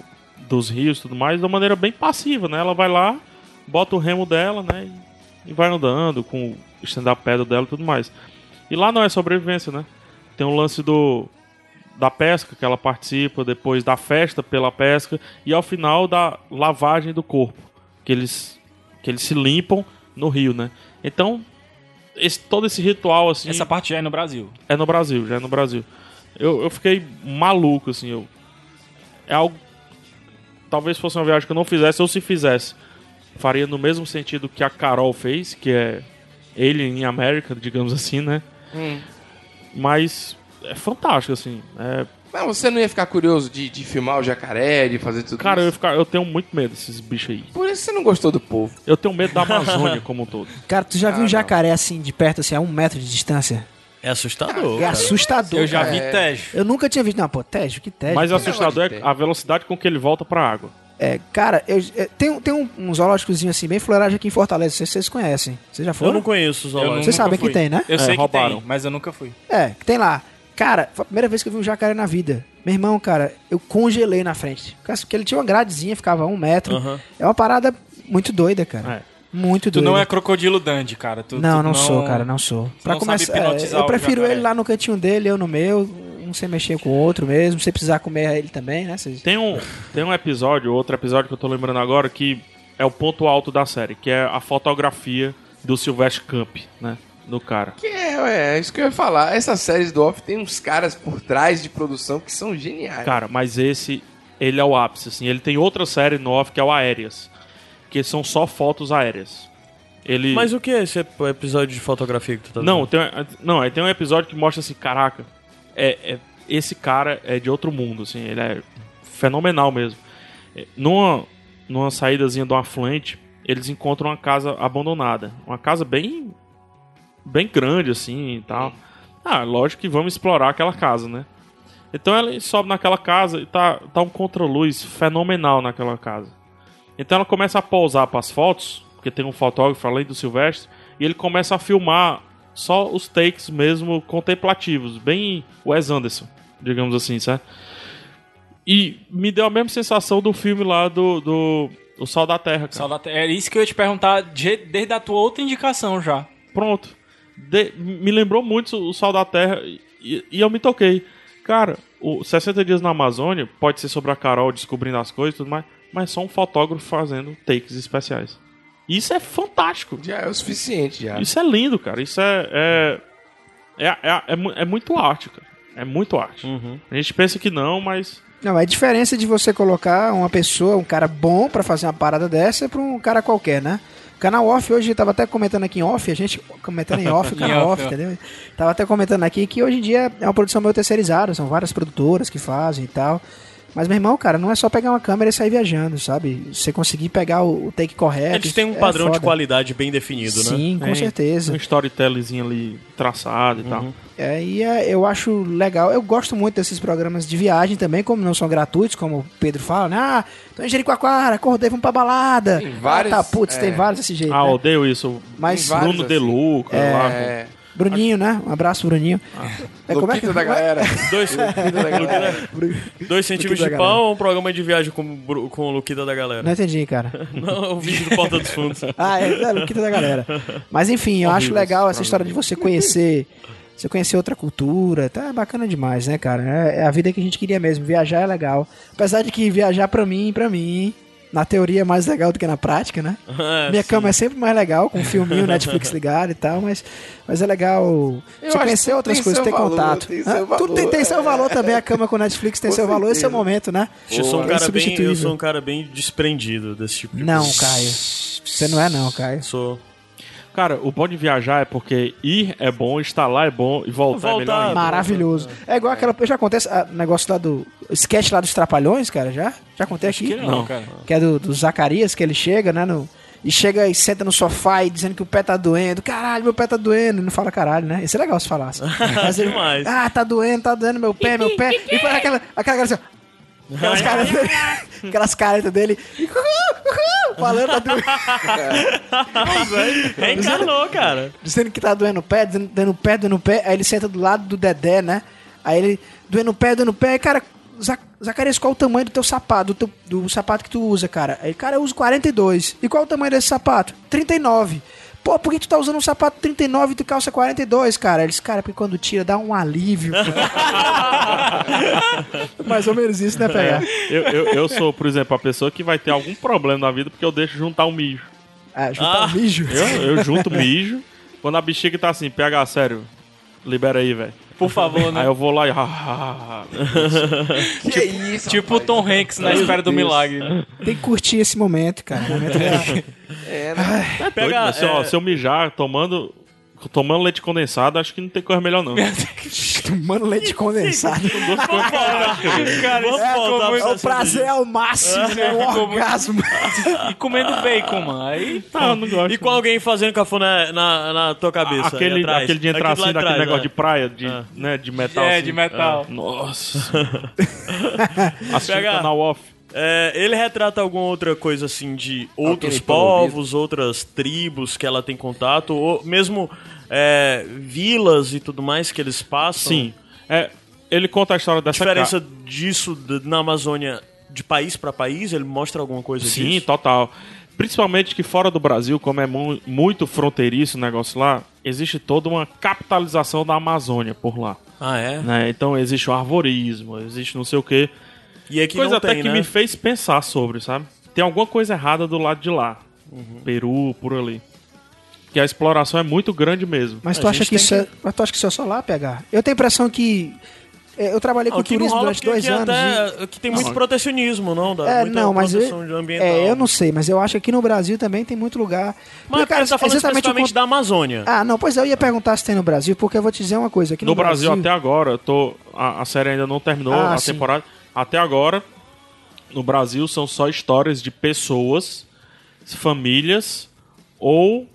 dos rios e tudo mais, de uma maneira bem passiva, né? Ela vai lá, bota o remo dela, né? E, e vai andando com o stand-up pedra dela e tudo mais. E lá não é sobrevivência, né? Tem o lance do da pesca que ela participa, depois da festa pela pesca e ao final da lavagem do corpo, que eles que eles se limpam no rio, né? Então, esse, todo esse ritual assim Essa parte já é no Brasil. é no Brasil, já é no Brasil. Eu, eu fiquei maluco, assim, eu. É algo. Talvez fosse uma viagem que eu não fizesse, ou se fizesse, faria no mesmo sentido que a Carol fez, que é ele em América, digamos assim, né? Hum. Mas é fantástico, assim. É, Mas você não ia ficar curioso de, de filmar o jacaré, de fazer tudo cara, eu, ia isso? ficar- eu tenho muito medo desses bichos aí. Por isso você não gostou do povo. Eu tenho medo da Amazônia como um todo. Cara, tu já Ah, viu um jacaré assim, de perto, assim, a um metro de distância? É assustador. É cara. assustador. Eu já cara. vi É. Tejo. Eu nunca tinha visto. Não, pô, Tejo, que Tejo. Mas negócio assustador de é ter. a velocidade com que ele volta pra água. É, cara, eu, é, tem, um- tem um, um zoológicozinho assim, bem floragem aqui em Fortaleza. Vocês, vocês conhecem. Vocês já Eu foram? não conheço os Eu zoológicos. nunca Vocês sabem que fui. tem, né? Eu É, sei roubaram. que tem, mas eu nunca fui. É, que tem lá. Cara, foi a primeira vez que eu vi um jacaré na vida. Meu irmão, cara, eu congelei na frente. Porque ele tinha uma gradezinha, ficava a um metro. Aham. É uma parada muito doida, cara. É. Muito Tu doida. não é crocodilo Dandy, cara. Tu, Não, tu não sou, cara, não sou. Pra não sabe começar, é, hipnotizar eu o prefiro jacaré. ele lá no cantinho dele, eu no meu. Um sem mexer com o outro mesmo, sem precisar comer ele também, né? Vocês- Tem um, tem um episódio, outro episódio que eu tô lembrando agora, que é o ponto alto da série, que é a fotografia do Sylvester Camp, né? Do cara. Que é, é isso que eu ia falar. Essas séries do off tem uns caras por trás de produção que são geniais. Cara, mas esse, ele é o ápice, assim. Ele tem outra série no off que é o Aéreas, que são só fotos aéreas. Ele... Mas o que é esse ep- episódio de fotografia que tu tá Não, vendo? tem, não, aí tem um episódio que mostra assim, caraca, é, é- esse cara é de outro mundo, assim, ele é fenomenal mesmo. É, Numa, numa saídazinha de um afluente, eles encontram uma casa abandonada. Uma casa bem. bem grande, assim e tal. Ah, lógico que vamos explorar aquela casa, né? Então ele sobe naquela casa e tá, tá um contraluz fenomenal naquela casa. Então ela começa a pousar para as fotos, porque tem um fotógrafo além do Silvestre, e ele começa a filmar só os takes mesmo contemplativos, bem Wes Anderson, digamos assim, sabe? E me deu a mesma sensação do filme lá do, do O Sol da Terra, cara. Saudade- É isso que eu ia te perguntar de- desde a tua outra indicação já. Pronto. De- me lembrou muito o Sal da Terra e, e eu me toquei. Cara, o 60 Dias na Amazônia pode ser sobre a Carol descobrindo as coisas e tudo mais, mas só um fotógrafo fazendo takes especiais. Isso é fantástico. Já é o suficiente, já. Isso é lindo, cara. Isso é. É, é, é, é mu- é muito arte, cara. É muito arte. Uhum. A gente pensa que não, mas. Não, é a diferença de você colocar uma pessoa, um cara bom pra fazer uma parada dessa pra um cara qualquer, né? O canal off hoje tava até comentando aqui em off, a gente comentando em off, o Em canal off, off, ó. entendeu? Tava até comentando aqui que hoje em dia é uma produção meio terceirizada, são várias produtoras que fazem e tal. Mas meu irmão, cara, não é só pegar uma câmera e sair viajando, sabe? Você conseguir pegar o o take correto. Eles têm um é padrão de foda. qualidade bem definido, né? Sim, com Tem certeza. Um storytellingzinho ali traçado e Uhum. tal. É, e é, eu acho legal. Eu gosto muito desses programas de viagem também, como não são gratuitos, como o Pedro fala, né? Ah, tô em Jericoacoara, acordei, vamos pra balada. Tem vários, Ah, tá, putz, é. tem vários desse jeito. Ah, né? odeio isso. Mas- Tem vários, Bruno assim. Deluca, lá. É. Bruninho, né? Um abraço, Bruninho. É, como é que Luquita Ah. da galera. Dois, Luquita da galera. dois centímetros da de pau ou um programa de viagem com, o Bru- com o Luquita da galera? Não entendi, cara. Não, o vídeo do Porta dos Fundos. Ah, é, é Luquita da galera. Mas enfim, eu acho legal essa história de você conhecer. Você conhecer outra cultura, tá bacana demais, né, cara? É é a vida que a gente queria mesmo. Viajar é legal. Apesar de que viajar pra mim, pra mim, na teoria é mais legal do que na prática, né? É, Minha sim. cama é sempre mais legal, com um filminho, Netflix ligado e tal, mas, mas é legal Eu você acho que conhecer tudo outras tem coisas, seu ter valor, contato. tem Hã? seu valor, Tudo tem, tem seu é. valor também, a cama com Netflix tem Com seu valor e seu certeza. momento, né? Eu sou, um É cara bem, insubstituível. eu sou um cara bem desprendido desse tipo de Não, coisa. Caio. Você não é não, Caio. Sou. Cara, o bom de viajar é porque ir é bom, estar lá é bom e voltar, Voltar. é melhor ainda. Maravilhoso. É igual aquela. Eu já contei esse ah, negócio lá do. O sketch lá dos Trapalhões, cara, já? Já contei aqui? Não. cara. que é do, do Zacarias, que ele chega, né? No, e chega e senta no sofá e dizendo que o pé tá doendo. Caralho, meu pé tá doendo. E não fala caralho, né? Isso é legal se falasse. Mas ele, Demais. ah, tá doendo, tá doendo meu pé, meu pé. E faz aquela, aquela cara assim, ó. Aquelas caretas dele. Aquelas caretas dele. E uhul, uhul, falando, tá doendo, Reencarnou, cara. dizendo que tá doendo o pé, dizendo doendo o pé, doendo o pé. Aí ele senta do lado do Dedé, né? Aí ele, doendo o pé, doendo o pé. Aí, cara, Zac- Zacarias, qual o tamanho do teu sapato? Do, teu- do sapato que tu usa, cara? Aí, cara, eu uso 42. E qual o tamanho desse sapato? 39. Pô, por que tu tá usando um sapato 39 e tu calça 42, cara? Eles, cara, porque quando tira dá um alívio. Mais ou menos isso, né, pegar? Eu, eu, eu sou, por exemplo, a pessoa que vai ter algum problema na vida porque eu deixo juntar um mijo. Ah, juntar um mijo. Eu, eu junto mijo. Quando a bexiga tá assim, pH, sério, libera aí, velho. Por favor, né? Aí eu vou lá e. ah, ah, ah, ah. Que é isso, Tipo o rapaz? Tom Hanks na espera do milagre. né? Tem que curtir esse momento, cara. O momento é- É, né? Doido, Pega, mas se, ó, é, se eu mijar tomando, tomando leite condensado, acho que não tem coisa melhor, não. Tomando leite condensado. cara, isso Vamos ficou voltar muito- pra É o prazer ao máximo, né? O Ficou muito- orgasmo. E comendo bacon, mano. Aí Ah, eu não gosto. E com alguém fazendo cafuné na, na tua cabeça. aí aquele, atrás. aquele de entrar Aquilo lá assim naquele atrás, negócio é. de praia, de, né, de metal. é assim. de metal. Nossa. Assistindo Pega- canal off. É, ele retrata alguma outra coisa assim de outros Aquele povos, outras tribos que ela tem contato, ou mesmo é, vilas e tudo mais que eles passam. Sim. É, ele conta a história A dessa diferença ca- disso d- na Amazônia de país pra país, ele mostra alguma coisa Sim, disso? total. Principalmente que fora do Brasil, como é mu- muito fronteiriço o negócio lá, existe toda uma capitalização da Amazônia por lá. Ah, é? né? Então existe o arvorismo, existe não sei o quê. E aqui coisa não até tem, que né? me fez pensar sobre, sabe? Tem alguma coisa errada do lado de lá. Uhum. Peru, por ali. Que a exploração é muito grande mesmo. Mas A tu, acha gente que tem isso é, mas tu acha que isso é só lá pegar? Eu tenho a impressão que. é, Eu trabalhei Ah, com o que não turismo rola durante porque dois aqui anos. e- até, aqui tem muito protecionismo, não? Dá É, muita não, mas proteção eu, ambiental. é, eu não sei, mas eu acho que aqui no Brasil também tem muito lugar. Mas cara, você tá falando especificamente o... da Amazônia. Ah, não, pois é, eu ia perguntar se tem no Brasil, porque eu vou te dizer uma coisa. Aqui no, No Brasil, até agora, eu tô, a, a série ainda não terminou, Ah, a sim. temporada. Até agora, no Brasil, são só histórias de pessoas, famílias, ou,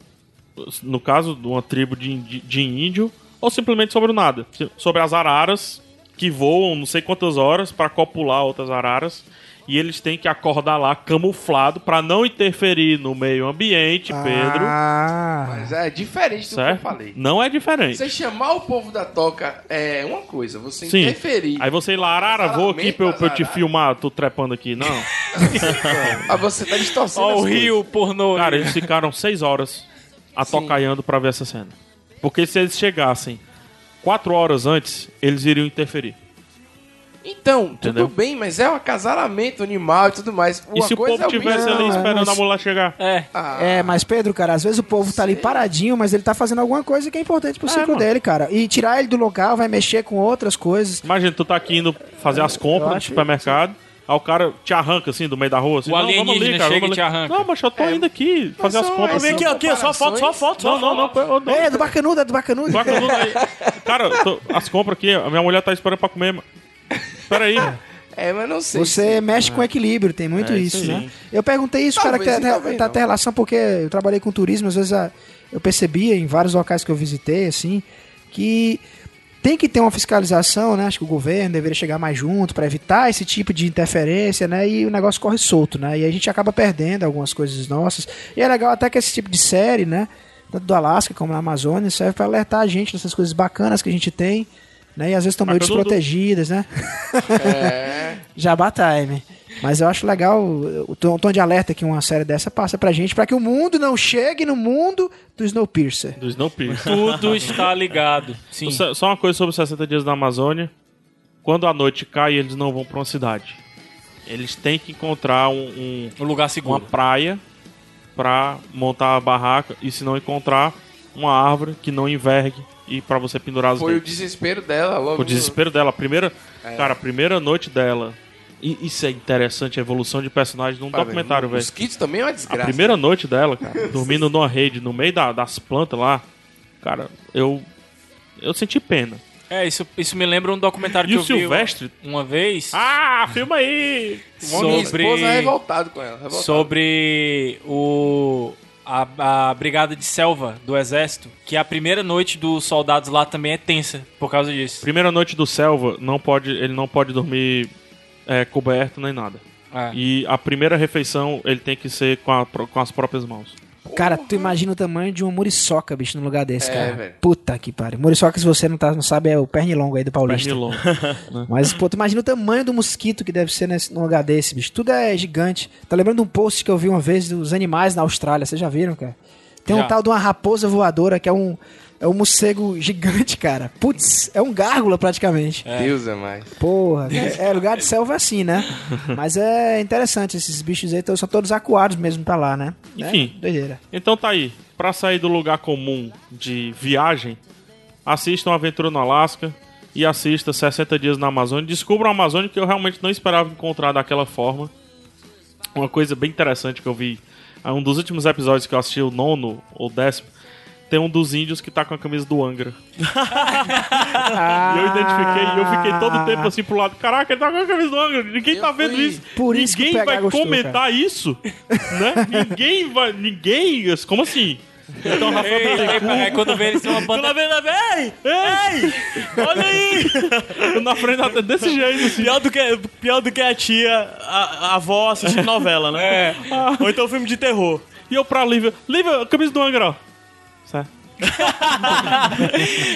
no caso de uma tribo de, indi- de índio, ou simplesmente sobre o nada. Sobre as araras que voam não sei quantas horas para copular outras araras. E eles têm que acordar lá camuflado pra não interferir no meio ambiente, Pedro. Ah, Mas é diferente do que eu certo? falei. Não é diferente. Você chamar o povo da toca é uma coisa, você Sim. interferir. Aí você ir lá, Arara, vou aqui pra eu, pra eu te Azarara. filmar, tu trepando aqui. Não. Aí você tá distorcendo. Ó, as o coisas. Rio pornô. né? Cara, eles ficaram seis horas atocaiando pra ver essa cena. Porque se eles chegassem quatro horas antes, eles iriam interferir. Então, Entendeu? tudo bem, mas é um acasalamento animal e tudo mais. Uma e se o povo coisa é o tivesse bicho- ali Não, é, esperando a mas- mulher chegar? É. Ah, é, mas Pedro, cara, às vezes o povo tá ali paradinho, mas ele tá fazendo alguma coisa que é importante pro ciclo mano. dele, cara. E tirar ele do local vai mexer com outras coisas. Imagina, tu tá aqui indo fazer as Eu compras no acho supermercado, aí o cara te arranca assim do meio da rua. Assim, O não, vamos alienígena ali, cara, chega vamos e te ali. arranca. Não, mas eu tô indo aqui fazer as são- compras. mas Vem aqui, são aqui, é só foto, só foto, só Não, não, foto. não, eu não. É, do bacanudo, é do bacanudo. Vai com tudo aí. Cara, eu tô- as compras aqui, a minha mulher tá esperando pra comer. mas- Peraí, mano. é, mas não sei. Você mexe com equilíbrio, tem muito isso, né? Eu perguntei isso, Talvez cara, sim, que tá- talvez tá não. até relação, porque eu trabalhei com turismo, às vezes a- eu percebia em vários locais que eu visitei, assim, que tem que ter uma fiscalização, né? Acho que o governo deveria chegar mais junto pra evitar esse tipo de interferência, né? E o negócio corre solto, né? E a gente acaba perdendo algumas coisas nossas. E é legal até que esse tipo de série, né? Tanto do Alasca como na Amazônia, serve pra alertar a gente dessas coisas bacanas que a gente tem, né? E às vezes estão meio Bacanudo. desprotegidas, né? Jabá Time. Mas eu acho legal o o tom, tom de alerta que uma série dessa passa pra gente, pra que o mundo não chegue no mundo do Snowpiercer. Do Snowpiercer. Tudo está ligado. Sim. Só só uma coisa sobre 60 dias na Amazônia. Quando a noite cai, eles não vão pra uma cidade. Eles têm que encontrar um- um- Um lugar uma seguro. praia pra montar a barraca e se não encontrar uma árvore que não envergue e pra você pendurar as Foi o É. redes. desespero dela logo. O desespero dela, a primeira. Cara, a primeira noite dela. E isso é interessante, a evolução de personagem num Pá, velho, documentário, velho. Os kits também é uma A desgraça. primeira noite dela, cara, dormindo numa rede no meio da- das plantas lá, cara, eu. Eu senti pena. É, isso, isso me lembra um documentário E que o eu vi Silvestre? uma vez Ah, filma aí! Minha esposa é sobre revoltada com ela. revoltada. sobre o a, a brigada de selva do exército, que a primeira noite dos soldados lá também é tensa por causa disso. Primeira noite do Selva, não pode, ele não pode dormir é, coberto nem nada. É. E a primeira refeição ele tem que ser com, a- com as próprias mãos. Cara, tu imagina o tamanho de uma muriçoca, bicho, num lugar desse, É, cara. velho. Puta que pariu. Muriçoca, se você não, tá, não sabe, é o pernilongo aí do Paulista. Pernilongo. Mas, pô, tu imagina o tamanho do mosquito que deve ser nesse, num lugar desse, bicho. Tudo é gigante. Tá lembrando de um post que eu vi uma vez dos animais na Austrália, vocês já viram, cara? Tem um Já. tal de uma raposa voadora que é um, é um morcego gigante, cara. Putz, é um gárgula praticamente. Deus é mais. Porra, é, é lugar de selva assim, né? Mas é interessante, esses bichos aí tão- são todos acuados mesmo pra lá, né? Enfim. É, doideira. Então tá aí, pra sair do lugar comum de viagem, assistam Aventura no Alasca e assista 60 Dias na Amazônia. Descubra a Amazônia que eu realmente não esperava encontrar daquela forma. Uma coisa bem interessante que eu vi, ah, um dos últimos episódios que eu assisti, o nono ou décimo, tem um dos índios que tá com a camisa do Angra. E eu identifiquei e eu fiquei todo Ah. o tempo assim pro lado. Caraca, ele tá com a camisa do Angra. Ninguém Eu tá vendo fui- isso. Por isso que ninguém o PH vai gostou, comentar cara. isso, né? ninguém vai. Ninguém. Como assim? Então, Rafael Ei, ei, Bittencourt, é quando vê eles são uma banda Ei, ei, olha aí. tá na frente da- desse jeito, assim. Pior do que, pior do que a tia, a, a avó assistindo novela, né? Ou então filme de terror. E eu pra Lívia. Lívia, a camisa do Angra, ó. Certo.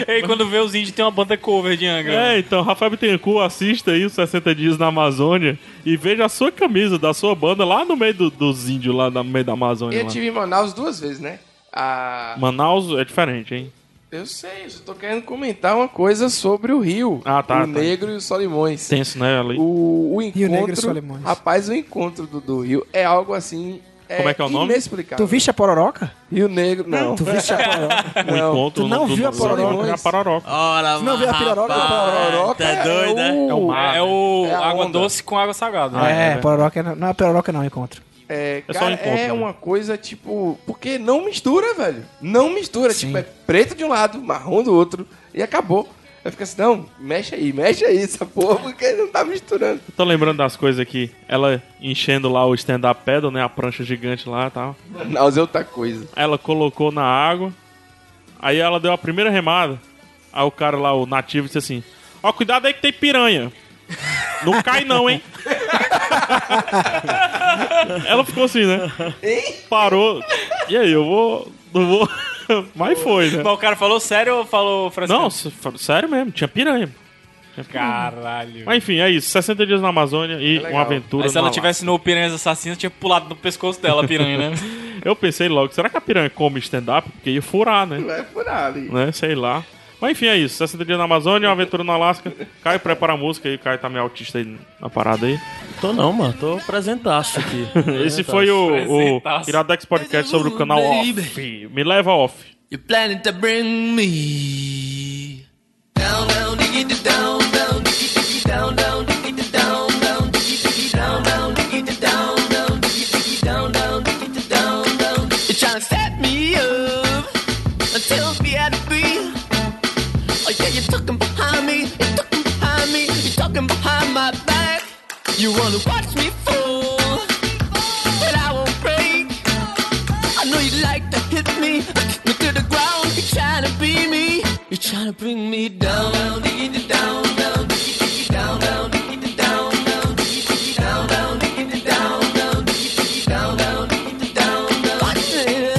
Ei, quando vê os índios tem uma banda cover de Angra. É, então, Rafael Bittencourt, assista aí os 60 dias na Amazônia e veja a sua camisa da sua banda lá no meio do- dos índios, lá no meio da Amazônia. Eu lá. tive em Manaus duas vezes, né? Ah, Manaus é diferente, hein? eu sei, eu só tô querendo comentar uma coisa sobre o Rio. Ah, tá, O tá. Negro e o Solimões. Tenso, né? Ali. O, o encontro. Negro e Solimões. Rapaz, o encontro do, do Rio é algo assim. Como é que é o nome? Tu Inexplicável. viste a pororoca? Rio Negro, não. Tu viste a pororoca? O É. não. Um encontro tu o não nome do- viu a do- Pororoca? É a Pororoca. Ora, Não, vê a piroroca, rapaz, a Pororoca Tá é doida? o- É o mar. É o É a água onda. doce com água salgada. né? é, pororoca não, não é pororoca não, encontro. É, É só cara, um encontro, é né? uma coisa tipo. Porque não mistura, velho. Não mistura. Tipo, é preto de um lado, marrom do outro. E acabou. Aí fica assim, não, mexe aí, mexe aí essa porra, porque não tá misturando. Eu tô lembrando das coisas aqui. Ela enchendo lá o stand-up pedal, né? A prancha gigante lá e tal. Manaus é outra coisa. Ela colocou na água. Aí ela deu a primeira remada. Aí o cara lá, o nativo, disse assim: Ó, cuidado aí que tem piranha. Não cai não, hein? Ela ficou assim, né? Parou. E aí, eu vou. Não vou. Mas foi, né? Mas o cara falou sério ou falou francês? Não, s- f- sério mesmo, tinha piranha. Caralho. Mas enfim, é isso. 60 dias na Amazônia e legal. uma aventura. Aí É se ela na tivesse no Piranhas Assassinas, tinha pulado no pescoço dela, a piranha, né? Lapa. Eu pensei logo, será que a piranha come stand-up? Porque ia furar, né? Vai furar ali. né? Sei lá. Mas enfim, é isso. 60 dias na Amazônia, uma aventura no Alasca. Caio prepara a música aí, Caio tá meio autista aí na parada aí. Tô não, mano. Tô presentaço aqui. Esse tá foi o, o Presentaço. Iradex Podcast sobre o canal Off. Me leva off. You're planning to bring me down, down, diggy, da- down, down, diggy, diggy, down, down, diggy, da- down, down, diggy, diggy, down, down, diggy, da- down, down, diggy, diggy, down, down, diggy, da- down, down. You're trying to set me up until me out of beat. Oh yeah, you're talking behind me, you're talking behind me, you're talking behind my back. You wanna watch me fall, but I won't break. I know you like to hit me, kick me to the ground. You're trying to be me, you're trying to bring me down, down, diggy, down, down, diggy, diggy, down, down, diggy, down, down, diggy, diggy, down, down, diggy, down, down, diggy, diggy, down, down, diggy, down, down. What's it?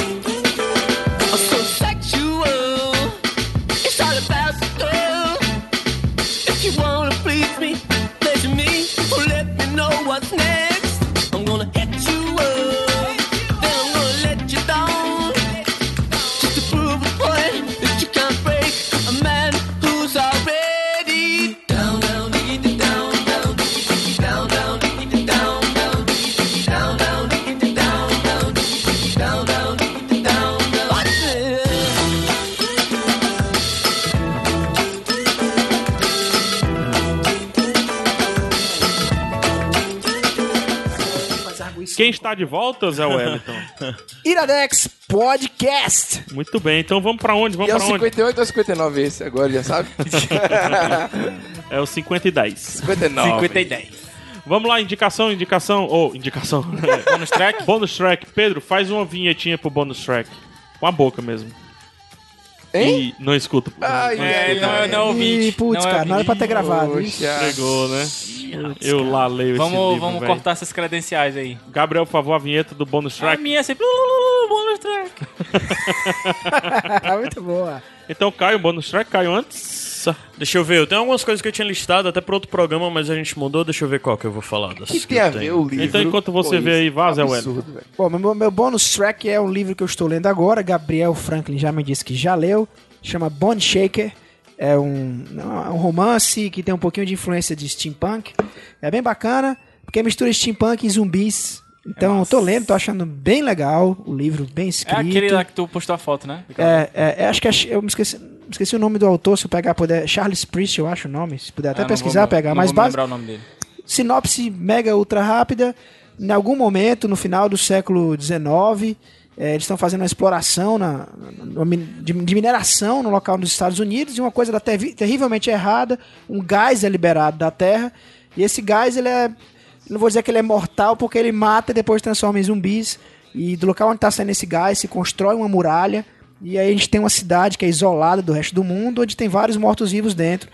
I'm so sexual. It's all about the girl. If you wanna please me, pleasure me, or let me know what's next. I'm gonna hit you up, then I'm gonna let you down. Just to prove a point that you can't break a man who's already down, down, diggy, down, down, diggy, diggy, down, down, diggy, down, down, diggy, diggy, down, down, diggy, down, down, diggy, diggy, down, down, diggy, down, down. What's it? Quem está de volta, Zé Wellington? Iradex Podcast. Muito bem, então vamos pra onde? E Vamos é o pra onde? 58 ou 59 esse agora, já sabe? É o 50 e 10. 59. 50 e 10. Vamos lá, indicação, indicação. Ou, indicação. Bônus track? bônus track. Pedro, faz uma vinhetinha pro bônus track. Com a boca mesmo. Hein? Ah, E não escuta. Ai, ai, É, não, é- ai. não é ouvinte. Ih, putz, não é cara, não era pra ouvinte. ter gravado. Ixi. Poxa. Pegou, né? Eu lá leio esse Vamos, livro, vamos véi. cortar essas credenciais aí. Gabriel, por favor, a vinheta do bônus A track. minha é sempre... "Lululu, Bônus track. Muito boa. Então, Caio, bônus track. Caio, antes... Deixa eu ver, eu tenho algumas coisas que eu tinha listado até para outro programa, mas a gente mudou. Deixa eu ver qual que eu vou falar. O das que que tem eu a tenho. ver o livro? Então, enquanto você com vê aí, isso? vá, Zé Absurdo, velho. Bom, meu, meu bônus track é um livro que eu estou lendo agora. Gabriel Franklin já me disse que já leu. Chama Bone Shaker. É um, não, é um romance que tem um pouquinho de influência de steampunk. É bem bacana, porque mistura steampunk e zumbis. Então, eu tô lendo, tô achando bem legal o livro, bem É escrito. aquele lá que tu postou a foto, né? É, é, é, acho que é- eu me esqueci, me esqueci o nome do autor, se eu pegar, puder. Charles Priest, eu acho o nome. Se puder até Ah, não pesquisar, vou- pegar. não Mas vou me base, lembrar o nome dele. sinopse mega ultra rápida. Em algum momento, no final do século XIX, eh, eles estão fazendo uma exploração na- na- na- de, de mineração no local nos Estados Unidos e uma coisa da terri- terrivelmente errada, um gás é liberado da terra e esse gás ele é, não vou dizer que ele é mortal porque ele mata e depois transforma em zumbis e do local onde está saindo esse gás se constrói uma muralha e aí a gente tem uma cidade que é isolada do resto do mundo onde tem vários mortos vivos dentro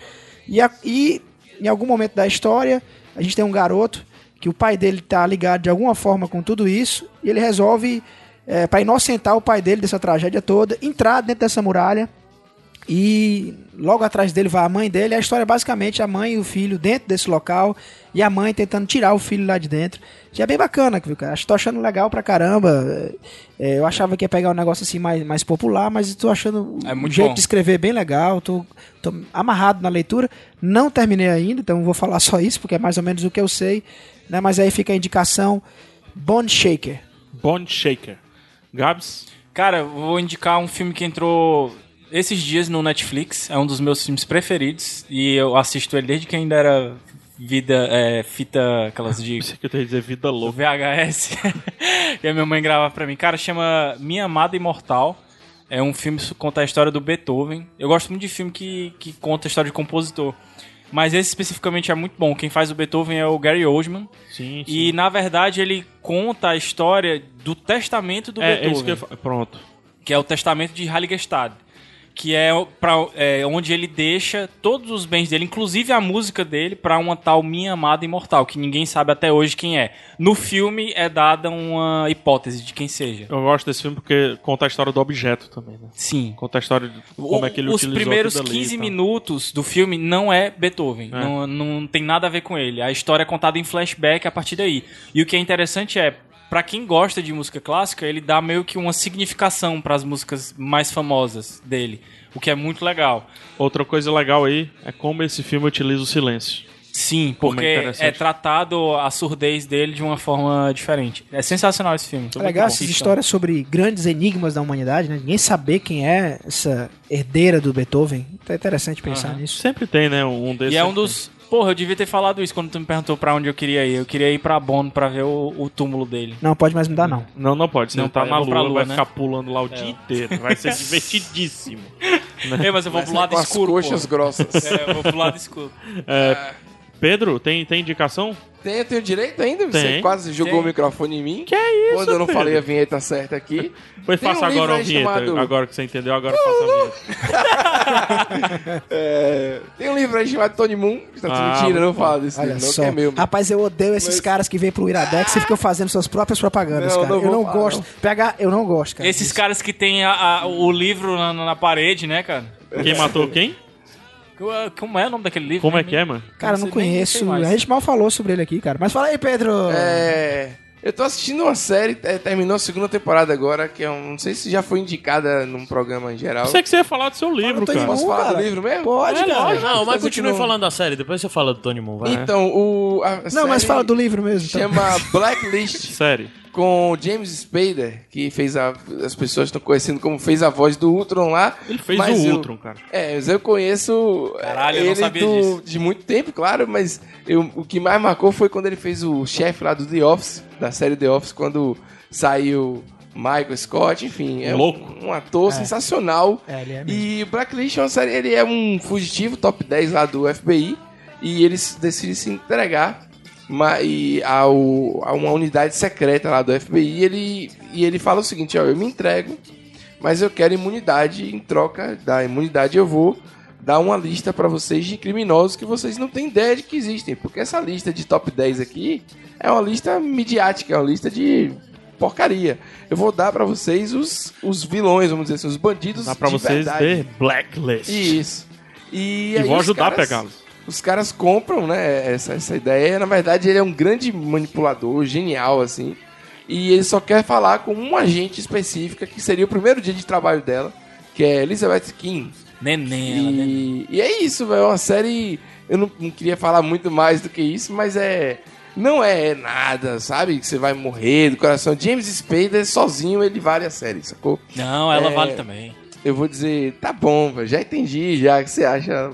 e, a- e em algum momento da história, a gente tem um garoto que o pai dele tá ligado de alguma forma com tudo isso, e ele resolve, é, para inocentar o pai dele dessa tragédia toda, entrar dentro dessa muralha e logo atrás dele vai a mãe dele. A história é basicamente a mãe e o filho dentro desse local e a mãe tentando tirar o filho lá de dentro. Já é bem bacana, viu, cara? Acho- Tô achando legal pra caramba. É, eu achava que ia pegar um negócio assim mais, mais popular, mas tô achando É um muito jeito bom. de escrever bem legal. Tô, tô amarrado na leitura. Não terminei ainda, então vou falar só isso, porque é mais ou menos o que eu sei. Né? Mas aí fica a indicação Bone Shaker. Bond Shaker. Gabs, Cara, eu vou indicar um filme que entrou esses dias no Netflix. É um dos meus filmes preferidos. E eu assisto ele desde que ainda era vida, é, fita, aquelas de isso que eu tenho a dizer, vida o louca. VHS. e a minha mãe gravava pra mim. Cara, chama Minha Amada Imortal. É um filme que conta a história do Beethoven. Eu gosto muito de filme que, que conta a história de compositor. Mas esse especificamente é muito bom. Quem faz o Beethoven é o Gary Oldman. Sim, sim. E na verdade ele conta a história do testamento do é, é Beethoven isso que eu ia fa- Pronto. que é o testamento de Haligerstad. que é, o- pra, é onde ele deixa todos os bens dele, inclusive a música dele, pra uma tal Minha Amada Imortal, que ninguém sabe até hoje quem é. No filme é dada uma hipótese de quem seja. Eu gosto desse filme porque conta a história do objeto também, né? Sim. Conta a história de como O- é que ele os utilizou primeiros aquilo ali e 15 tal. minutos do filme não é Beethoven. Não, não tem nada a ver com ele. A história é contada em flashback a partir daí. E o que é interessante é, pra quem gosta de música clássica, ele dá meio que uma significação pras músicas mais famosas dele. O que é muito legal. Outra coisa legal aí é como esse filme utiliza o silêncio. Sim, Como é porque é, interessante. tratado a surdez dele de uma forma diferente. É sensacional esse filme. É legal essas histórias sobre grandes enigmas da humanidade, né? Ninguém saber quem é essa herdeira do Beethoven. Tá interessante pensar nisso. Sempre tem, né? Um desses. E é um sempre dos. Porra, eu devia ter falado isso quando tu me perguntou pra onde eu queria ir. Eu queria ir pra Bono pra ver o- o túmulo dele. Não, pode mais mudar, não. tem. Não, não pode. Se Não não tá pode, na eu vou pra lua, vai lua, né? ficar pulando lá o dia inteiro. Vai ser divertidíssimo. Ei, mas eu vou pro lado Com as escuro. coxas pô. grossas. É, eu vou pro lado escuro. Pedro, tem, tem indicação? Tem, eu tenho direito ainda? Você Tem. quase jogou Tem. o microfone em mim. Que é isso, Quando eu não Pedro? falei a vinheta tá certa aqui. Pois Tem faça um livro agora a aí vinheta. chamado- Agora que você entendeu, agora faça a vinheta. É, tem um livro aí chamado Tony Moon. Que tá Ah, ah, mentira, eu não falo desse Olha livro, não, só. que é meu. Rapaz, eu odeio esses caras que vêm pro Iradex e ficam fazendo suas próprias propagandas, Não, cara. não eu vou não falar, gosto. Pegar, eu não gosto, cara. Esses disso. caras que tem a- a- o livro na, na parede, né, cara? Quem matou quem? Que- Como é o nome daquele livro? Como é que é, mano? Cara, eu não Você nem- conheço. nem mais. A gente mal falou sobre ele aqui, cara. Mas fala aí, Pedro. É, eu tô assistindo uma série, é, terminou a segunda temporada agora, que é um, não sei se já foi indicada num programa em geral. Eu sei que você ia falar do seu livro, tô cara. imundo. Posso falar cara. do livro mesmo? Pode, É, cara. lógico. Não, mas Fazer continue de novo. falando da série, depois você fala do Tony Moon, vai. Então, o. a Não, mas série fala do livro mesmo. então. Chama Blacklist Sério. com James Spader, que fez a. As pessoas estão conhecendo como fez a voz do Ultron lá. Ele fez mas o eu- Ultron, cara. É, mas eu conheço Caralho, eu não ele sabia do- disso. de muito tempo, claro, mas eu- o que mais marcou foi quando ele fez o chefe lá do The Office, da série The Office, quando saiu Michael Scott, enfim. É um- Louco. Um, ator sensacional. É, ele é mesmo. E o Blacklist é uma série, ele é um fugitivo top 10 lá do FBI e ele s- decide se entregar ma- e ao, a uma unidade secreta lá do FBI e ele, e ele fala o seguinte, ó, eu me entrego, mas eu quero imunidade, em troca da imunidade eu vou dar uma lista pra vocês de criminosos que vocês não têm ideia de que existem, porque essa lista de top 10 aqui é uma lista midiática, é uma lista de porcaria. Eu vou dar pra vocês os, os vilões, vamos dizer assim, os bandidos Dá pra de vocês verdade. ver Blacklist. Isso. E, E aí vou os ajudar caras- a pegá-los. Os caras compram, né, essa, essa ideia. Na verdade, ele é um grande manipulador, genial, assim. E ele só quer falar com uma agente específica, que seria o primeiro dia de trabalho dela, que é Elizabeth King. é? Neném, ela, né? neném. E, e é isso, velho. É uma série. Eu não, não queria falar muito mais do que isso, mas é. Não é nada, sabe? Que você vai morrer do coração. James Spader sozinho ele vale a série, sacou? Não, ela É. vale também. Eu vou dizer, tá bom, velho, já entendi, já que você acha.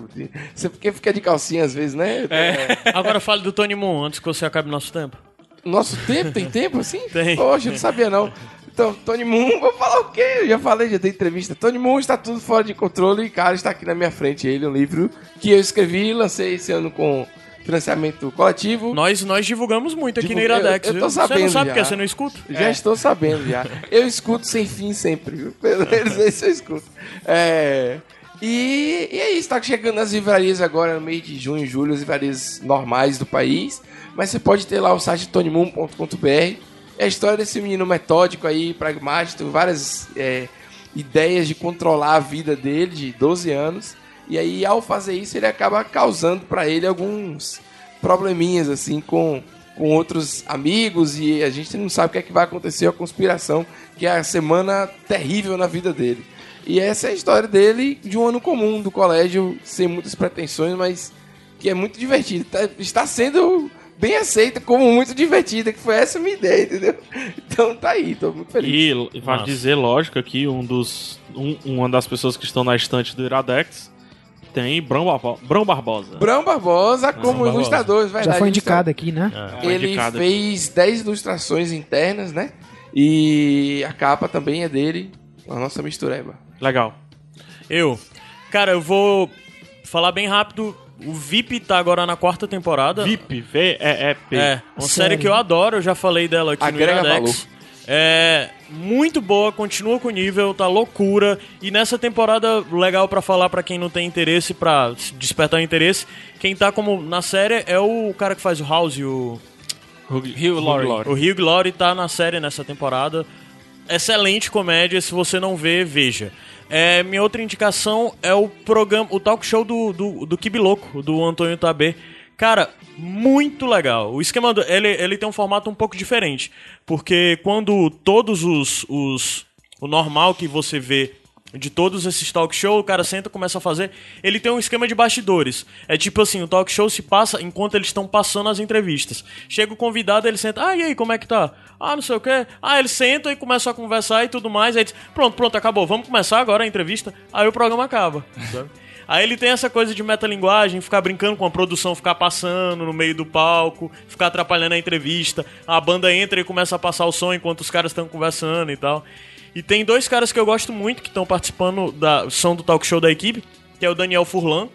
Você porque fica de calcinha às vezes, né? É. Agora fale do Tony Moon antes que você acabe nosso tempo. Nosso tempo tem tempo assim? Tem. Poxa, eu não sabia não. Então, Tony Moon, vou falar o quê? Eu já falei, já dei entrevista. Tony Moon está tudo fora de controle e, cara, está aqui na minha frente ele, um livro que eu escrevi e lancei esse ano com financiamento coletivo. Nós, nós divulgamos muito aqui Divulga- no Iradex, eu- eu tô viu? Você não sabendo sabe já. É. porque você não escuta? Já estou sabendo, já. Eu escuto sem fim sempre, viu? Pelo menos esse eu escuto. É... E, e é isso, tá chegando nas livrarias agora no mês de junho, julho, as livrarias normais do país. Mas você pode ter lá o site tonymoon.com.br. É a história desse menino metódico aí, pragmático, várias é, ideias de controlar a vida dele, de 12 anos. E aí, ao fazer isso, ele acaba causando pra ele alguns probleminhas, assim, com, com outros amigos. E a gente não sabe o que é que vai acontecer, a conspiração, que é a semana terrível na vida dele. E essa é a história dele de um ano comum do colégio, sem muitas pretensões, mas que é muito divertido. Tá- está sendo bem aceita como muito divertida, que foi essa a minha ideia, entendeu? Então tá aí, tô muito feliz. E e vale Nossa. dizer, lógico, aqui um dos, um- uma das pessoas que estão na estante do Iradex tem Brão, Barbo- Brão Barbosa. Brão Barbosa como Barbosa. ilustrador, é verdade. então. Já foi ilustrador. indicado aqui, né? É. Foi Ele indicado aqui. fez 10 ilustrações internas, né? E a capa também é dele, a nossa mistureba. Legal. É. Eu. Cara, eu vou falar bem rápido. O VIP tá agora na quarta temporada. VIP, V-E-E-P. É, uma Sério? série que eu adoro, eu já falei dela aqui Agrega no Iradex. É muito boa, continua com o nível, tá loucura. E nessa temporada, legal pra falar pra quem não tem interesse, pra despertar interesse, quem tá como na série é o cara que faz o House, o Rio Laurie. o Hugh Laurie tá na série nessa temporada. Excelente comédia, se você não vê, veja. É, minha outra indicação é o programa, o talk show do, do, do Kibi Louco, do Antônio Tabê. Cara, muito legal. O esquema do, ele, ele tem um formato um pouco diferente. Porque quando todos os. os o normal que você vê de todos esses talk show, o cara senta, começa a fazer. Ele tem um esquema de bastidores. É tipo assim, o talk show se passa enquanto eles estão passando as entrevistas. Chega o convidado, ele senta, ah, e aí, como é que tá? Ah, não sei o quê. Ah, eles sentam e começam a conversar e tudo mais. Aí diz, pronto, pronto, acabou, vamos começar agora a entrevista. Aí o programa acaba, sabe? Aí ele tem essa coisa de metalinguagem, ficar brincando com a produção, ficar passando no meio do palco, ficar atrapalhando a entrevista. A banda entra e começa a passar o som enquanto os caras estão conversando e tal. E tem dois caras que eu gosto muito que estão participando da são do talk show da equipe, que é o Daniel Furlan,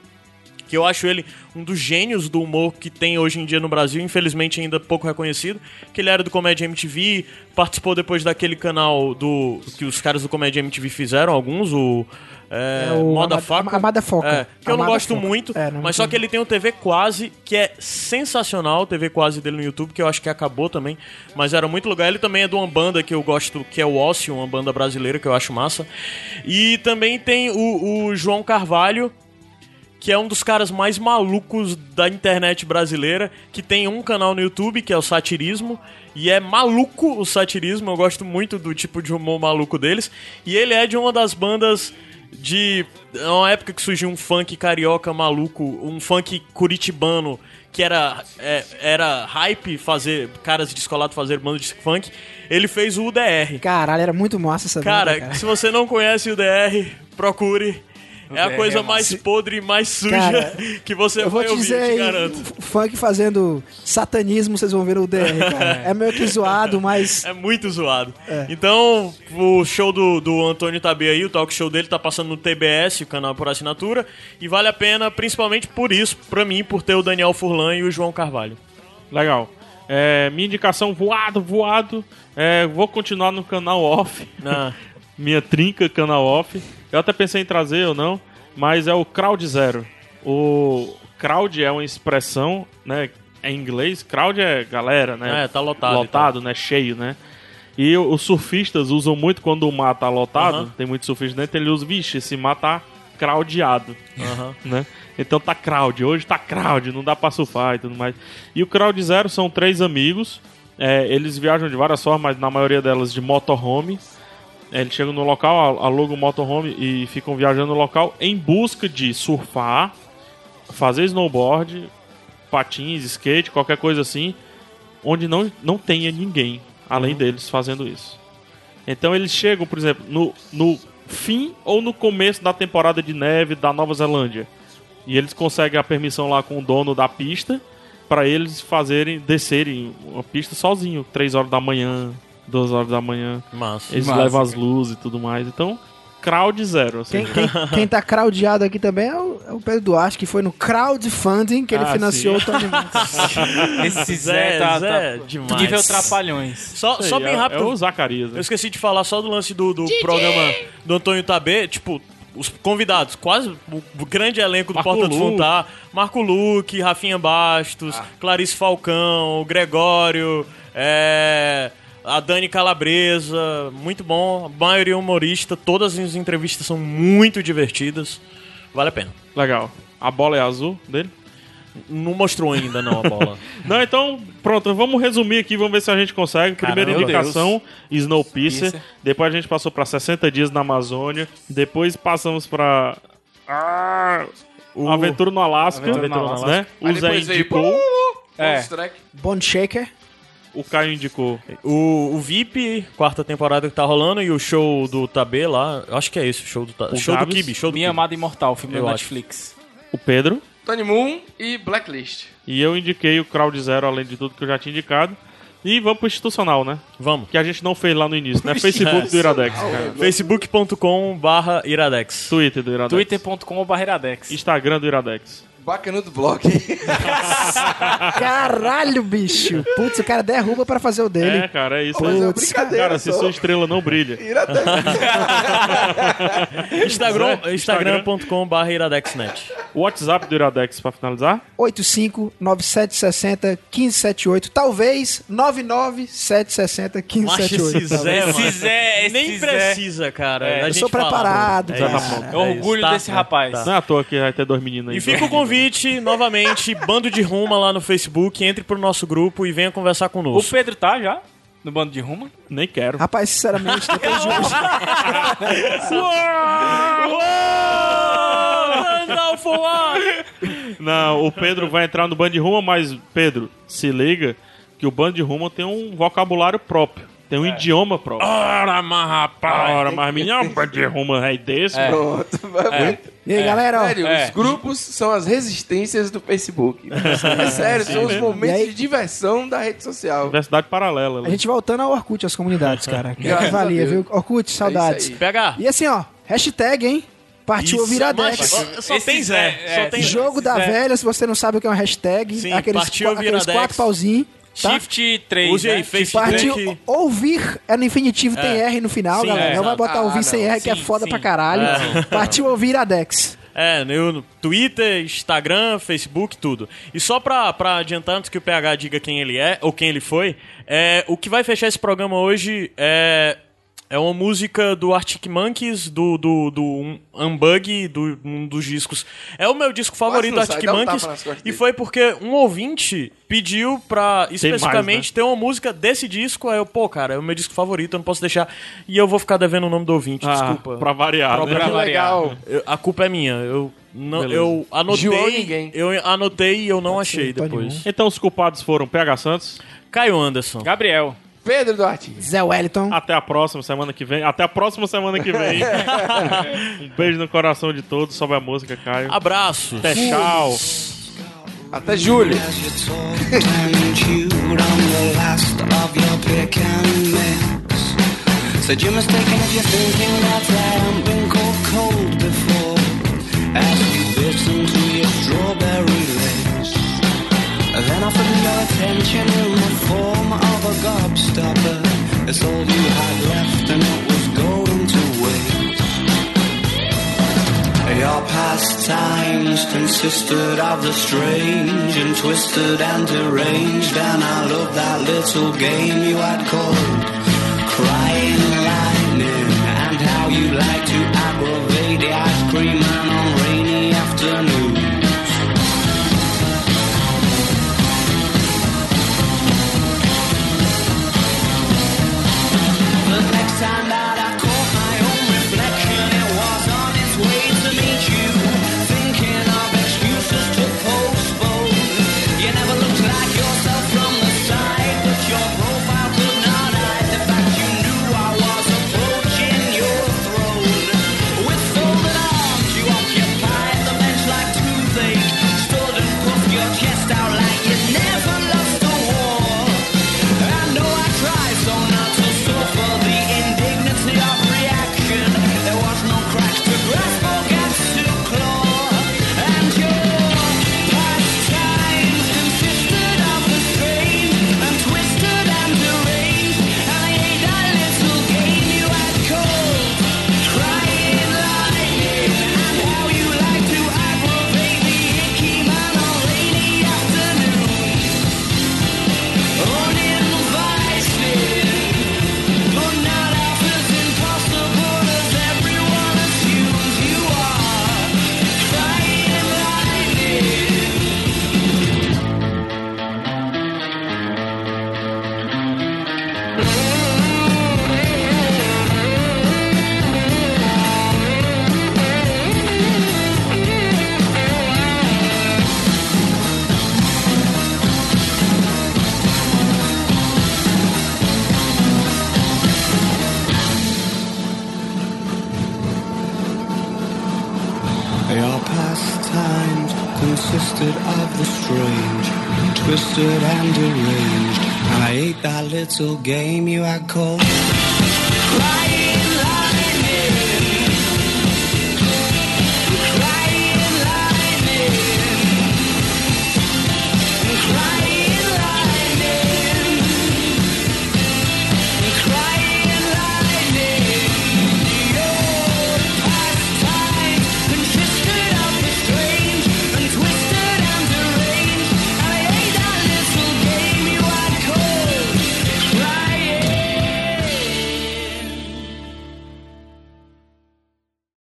que eu acho ele um dos gênios do humor que tem hoje em dia no Brasil, infelizmente ainda pouco reconhecido, que ele era do Comédia MTV, participou depois daquele canal do que os caras do Comédia MTV fizeram, alguns, o... É, É o Moda Amada- Faca. Amada Foca. É, que eu não Amada gosto Foca. muito, É, não mas só entendi. que ele tem um TV Quase, que é sensacional, o TV Quase dele no YouTube, que eu acho que acabou também, mas era muito legal. Ele também é de uma banda que eu gosto, que é o Ócio, uma banda brasileira que eu acho massa. E também tem o, o João Carvalho, que é um dos caras mais malucos da internet brasileira, que tem um canal no YouTube, que é o Satirismo, e é maluco o Satirismo, eu gosto muito do tipo de humor maluco deles, e ele é de uma das bandas de... é uma época que surgiu um funk carioca maluco, um funk curitibano, que era, é, era hype fazer caras descolados fazer banda de funk, ele fez o UDR. Caralho, era muito massa essa Cara, banda, Né, cara. se você não conhece o DR, procure. É a DR, coisa é mais podre e mais suja Cara, que você Eu vou vai te ouvir, dizer, te hein, garanto. f- funk fazendo satanismo, vocês vão ver o DR, cara. É meio que zoado, mas É muito zoado. É. Então, o show do, do Antônio Tabia aí, o talk show dele, tá passando no TBS, o canal por assinatura, e vale a pena, principalmente por isso, pra mim, por ter o Daniel Furlan e o João Carvalho. Legal. É, minha indicação, voado, voado. É, vou continuar no canal off. Na- minha trinca, canal off. Eu até pensei em trazer ou não, mas é o crowd zero. O crowd é uma expressão, né? Em inglês, crowd é galera, né? É, tá lotado e Lotado, né? Cheio, né? E o- os surfistas usam muito quando o mar tá lotado, Aham. tem muito surfista dentro, eles usam, vixe, esse mar tá crowdeado Aham. né? Então tá crowd, hoje tá crowd, não dá pra surfar e tudo mais. E o Crowd Zero são três amigos, é, eles viajam de várias formas, mas na maioria delas de motorhome. É, Eles chegam no local, al- alugam o motorhome e ficam viajando no local em busca de surfar, fazer snowboard, patins, skate, qualquer coisa assim, onde não, não tenha ninguém além deles fazendo isso. Então eles chegam, por exemplo, no, no fim ou no começo da temporada de neve da Nova Zelândia. E eles conseguem a permissão lá com o dono da pista para eles fazerem, descerem a pista sozinho, 3 horas da manhã, 2 horas da manhã. Mas. Eles Massa, levam as luzes e tudo mais. Então, crowd zero. Assim. Quem, quem, quem tá craudeado aqui também é o, é o Pedro Duarte, que foi no crowdfunding que ele Ah, financiou o Tony Esse Zé, Zé, tá, Zé, tá demais. nível trapalhões. Só, só Sei, bem é- rápido, É o Zacarias. Eu Né? esqueci de falar só do lance do, do programa do Antônio Tabê, tipo, os convidados, quase o o grande elenco do Marco Porta dos Luque. Funtar, Marco Luque, Rafinha Bastos, Clarice Falcão, o Gregório, é, a Dani Calabresa, muito bom, a maioria humorista, todas as entrevistas são muito divertidas, vale a pena. Legal. A bola é azul dele? Não mostrou ainda não a bola. Não, então, pronto, vamos resumir aqui, vamos ver se a gente consegue. Primeira Caramba, indicação, Snowpiercer. Snowpiercer. Depois a gente passou pra 60 dias na Amazônia. Depois passamos pra. Ah, Aventura no Alasca. Aventura no né? Alasca. O Aí Zé depois veio, indicou, É. Bonus track. Bond Shaker. o Caio indicou. o, o VIP, quarta temporada que tá rolando, e o show do Tabê lá, eu acho que é esse o show do Tabê. O Show do Gabs. Kibe, show do Minha Kibe. Amada Imortal, filme Eu da acho. Netflix. O Pedro. Tony Moon e Blacklist. E eu indiquei o Crowd Zero, além de tudo que eu já tinha indicado. E vamos pro institucional, né? Vamos. Que a gente não fez lá no início, né? Facebook do Iradex, cara. facebook.com barra iradex. Twitter do Iradex. Twitter.com.br. Instagram do Iradex. Bacanudo Block. Caralho, bicho. Putz, o cara derruba pra fazer o dele. É, cara, é isso. Mas é uma Putz, brincadeira cara, se só. sua estrela não brilha. Instagram, Zé, Instagram. Instagram.com.br iradexnet. O WhatsApp do Iradex pra finalizar? 85 9760 1578. Talvez 99 760 1578. Macho, talvez. Zé, Esse mano. Zé, esse Nem Zé. precisa, cara. É, A eu gente sou fala. preparado, É cara. isso, Tá bom. é Orgulho isso. Tá, desse tá, rapaz. tá. Não é à toa que vai ter dois meninos aí. E fica o convite, novamente, bando de ruma lá no Facebook, entre pro nosso grupo e venha conversar O conosco. Pedro tá já no bando de rumo. Nem quero. Rapaz, sinceramente, depois de hoje. Randolfo Uau! Não, o Pedro vai entrar no Band de Rumo, mas, Pedro, se liga que o Band de Rumo tem um vocabulário próprio. Tem um idioma próprio. Ora, mas rapaz! Ora, mas menina, um Band de Rumo é desse. mano. Pronto. Vai muito. E aí, galera, ó. Sério, É. os grupos são as resistências do Facebook. É sério, são os momentos E aí- de diversão da rede social. Universidade paralela. A gente voltando ao Orkut, as comunidades, cara. Que é que Graças a valia, viu? Deus. Orkut, saudades. É isso PH. e assim, ó, hashtag, hein? Partiu Isso, Viradex. macho, só- Só Esse tem Zé, Zé. é. Só tem Zé. Jogo da Zé. velha, se você não sabe o que é uma hashtag, Sim, aqueles, partiu qua- aqueles Viradex. quatro pauzinhos. Tá? Shift 3. Use aí, né? Face Partiu Drake. ouvir é no infinitivo, tem R no final, Sim, galera. é, não vai exato. botar ouvir Ah, sem não, R, que é sim, foda sim. pra caralho. É. Partiu ouvir a Dex. É, eu no Twitter, Instagram, Facebook, tudo. E só pra, pra adiantar, antes que o PH diga quem ele é ou quem ele foi, é, o que vai fechar esse programa hoje é, é uma música do Arctic Monkeys, do, do, do um, Unbug, do, um dos discos. É o meu disco favorito do não sai, Arctic dá um tapa Monkeys. nas costas e dele. foi porque um ouvinte pediu pra né? especificamente ter uma música desse disco. Aí eu, pô, cara, é o meu disco favorito, eu não posso deixar. E eu vou ficar devendo o nome do ouvinte, Ah, desculpa. Pra variar. Pra né? aí. variar. Que legal. Eu- a culpa é minha. Eu, não, Beleza. eu anotei. João ninguém. Eu anotei e eu não achei Antônio depois. Então os culpados foram PH Santos. Caio Anderson. Gabriel. Pedro Duarte. Zé Wellington. Até a próxima semana que vem. Até a próxima semana que vem. um beijo no coração de todos. Sobe a música, Caio. Abraço. Até tchau. Até julho. as you told and chewed on the last of your pick and mix. Said you're mistaken if you're thinking that I haven't been called cold before. As you bit into your strawberry lace. Then offered me your attention in the form of a gobstopper. It's all you had left and it was going to waste. Your pastimes consisted of the strange and twisted and deranged, and I loved that little game you had called Crying Lightning, and how you like to aggravate the ice cream man on rainy afternoons. The next time that I caught my own reflection, it was on its way to meet you. Thinking of excuses to postpone. You never looked like yourself from the side, but your profile could not hide the fact you knew I was approaching your throne. With folded arms, you occupied the bench like toothache. Stood and puffed your chest out like you never lost a war. I know I tried so not to suffer the indignity of reaction. There was no crash to grasp or gaps to claw. And your pastimes consisted of the strange and twisted and deranged. And I ate that little game you had called crying lightning. And how you like to aggravate the icky man on rainy afternoons. Uninvited, but not half as impossible as everyone assumes you are. Crying lightning. Your pastimes consisted of the strange, twisted and deranged. And I ate that little game you had called. Crying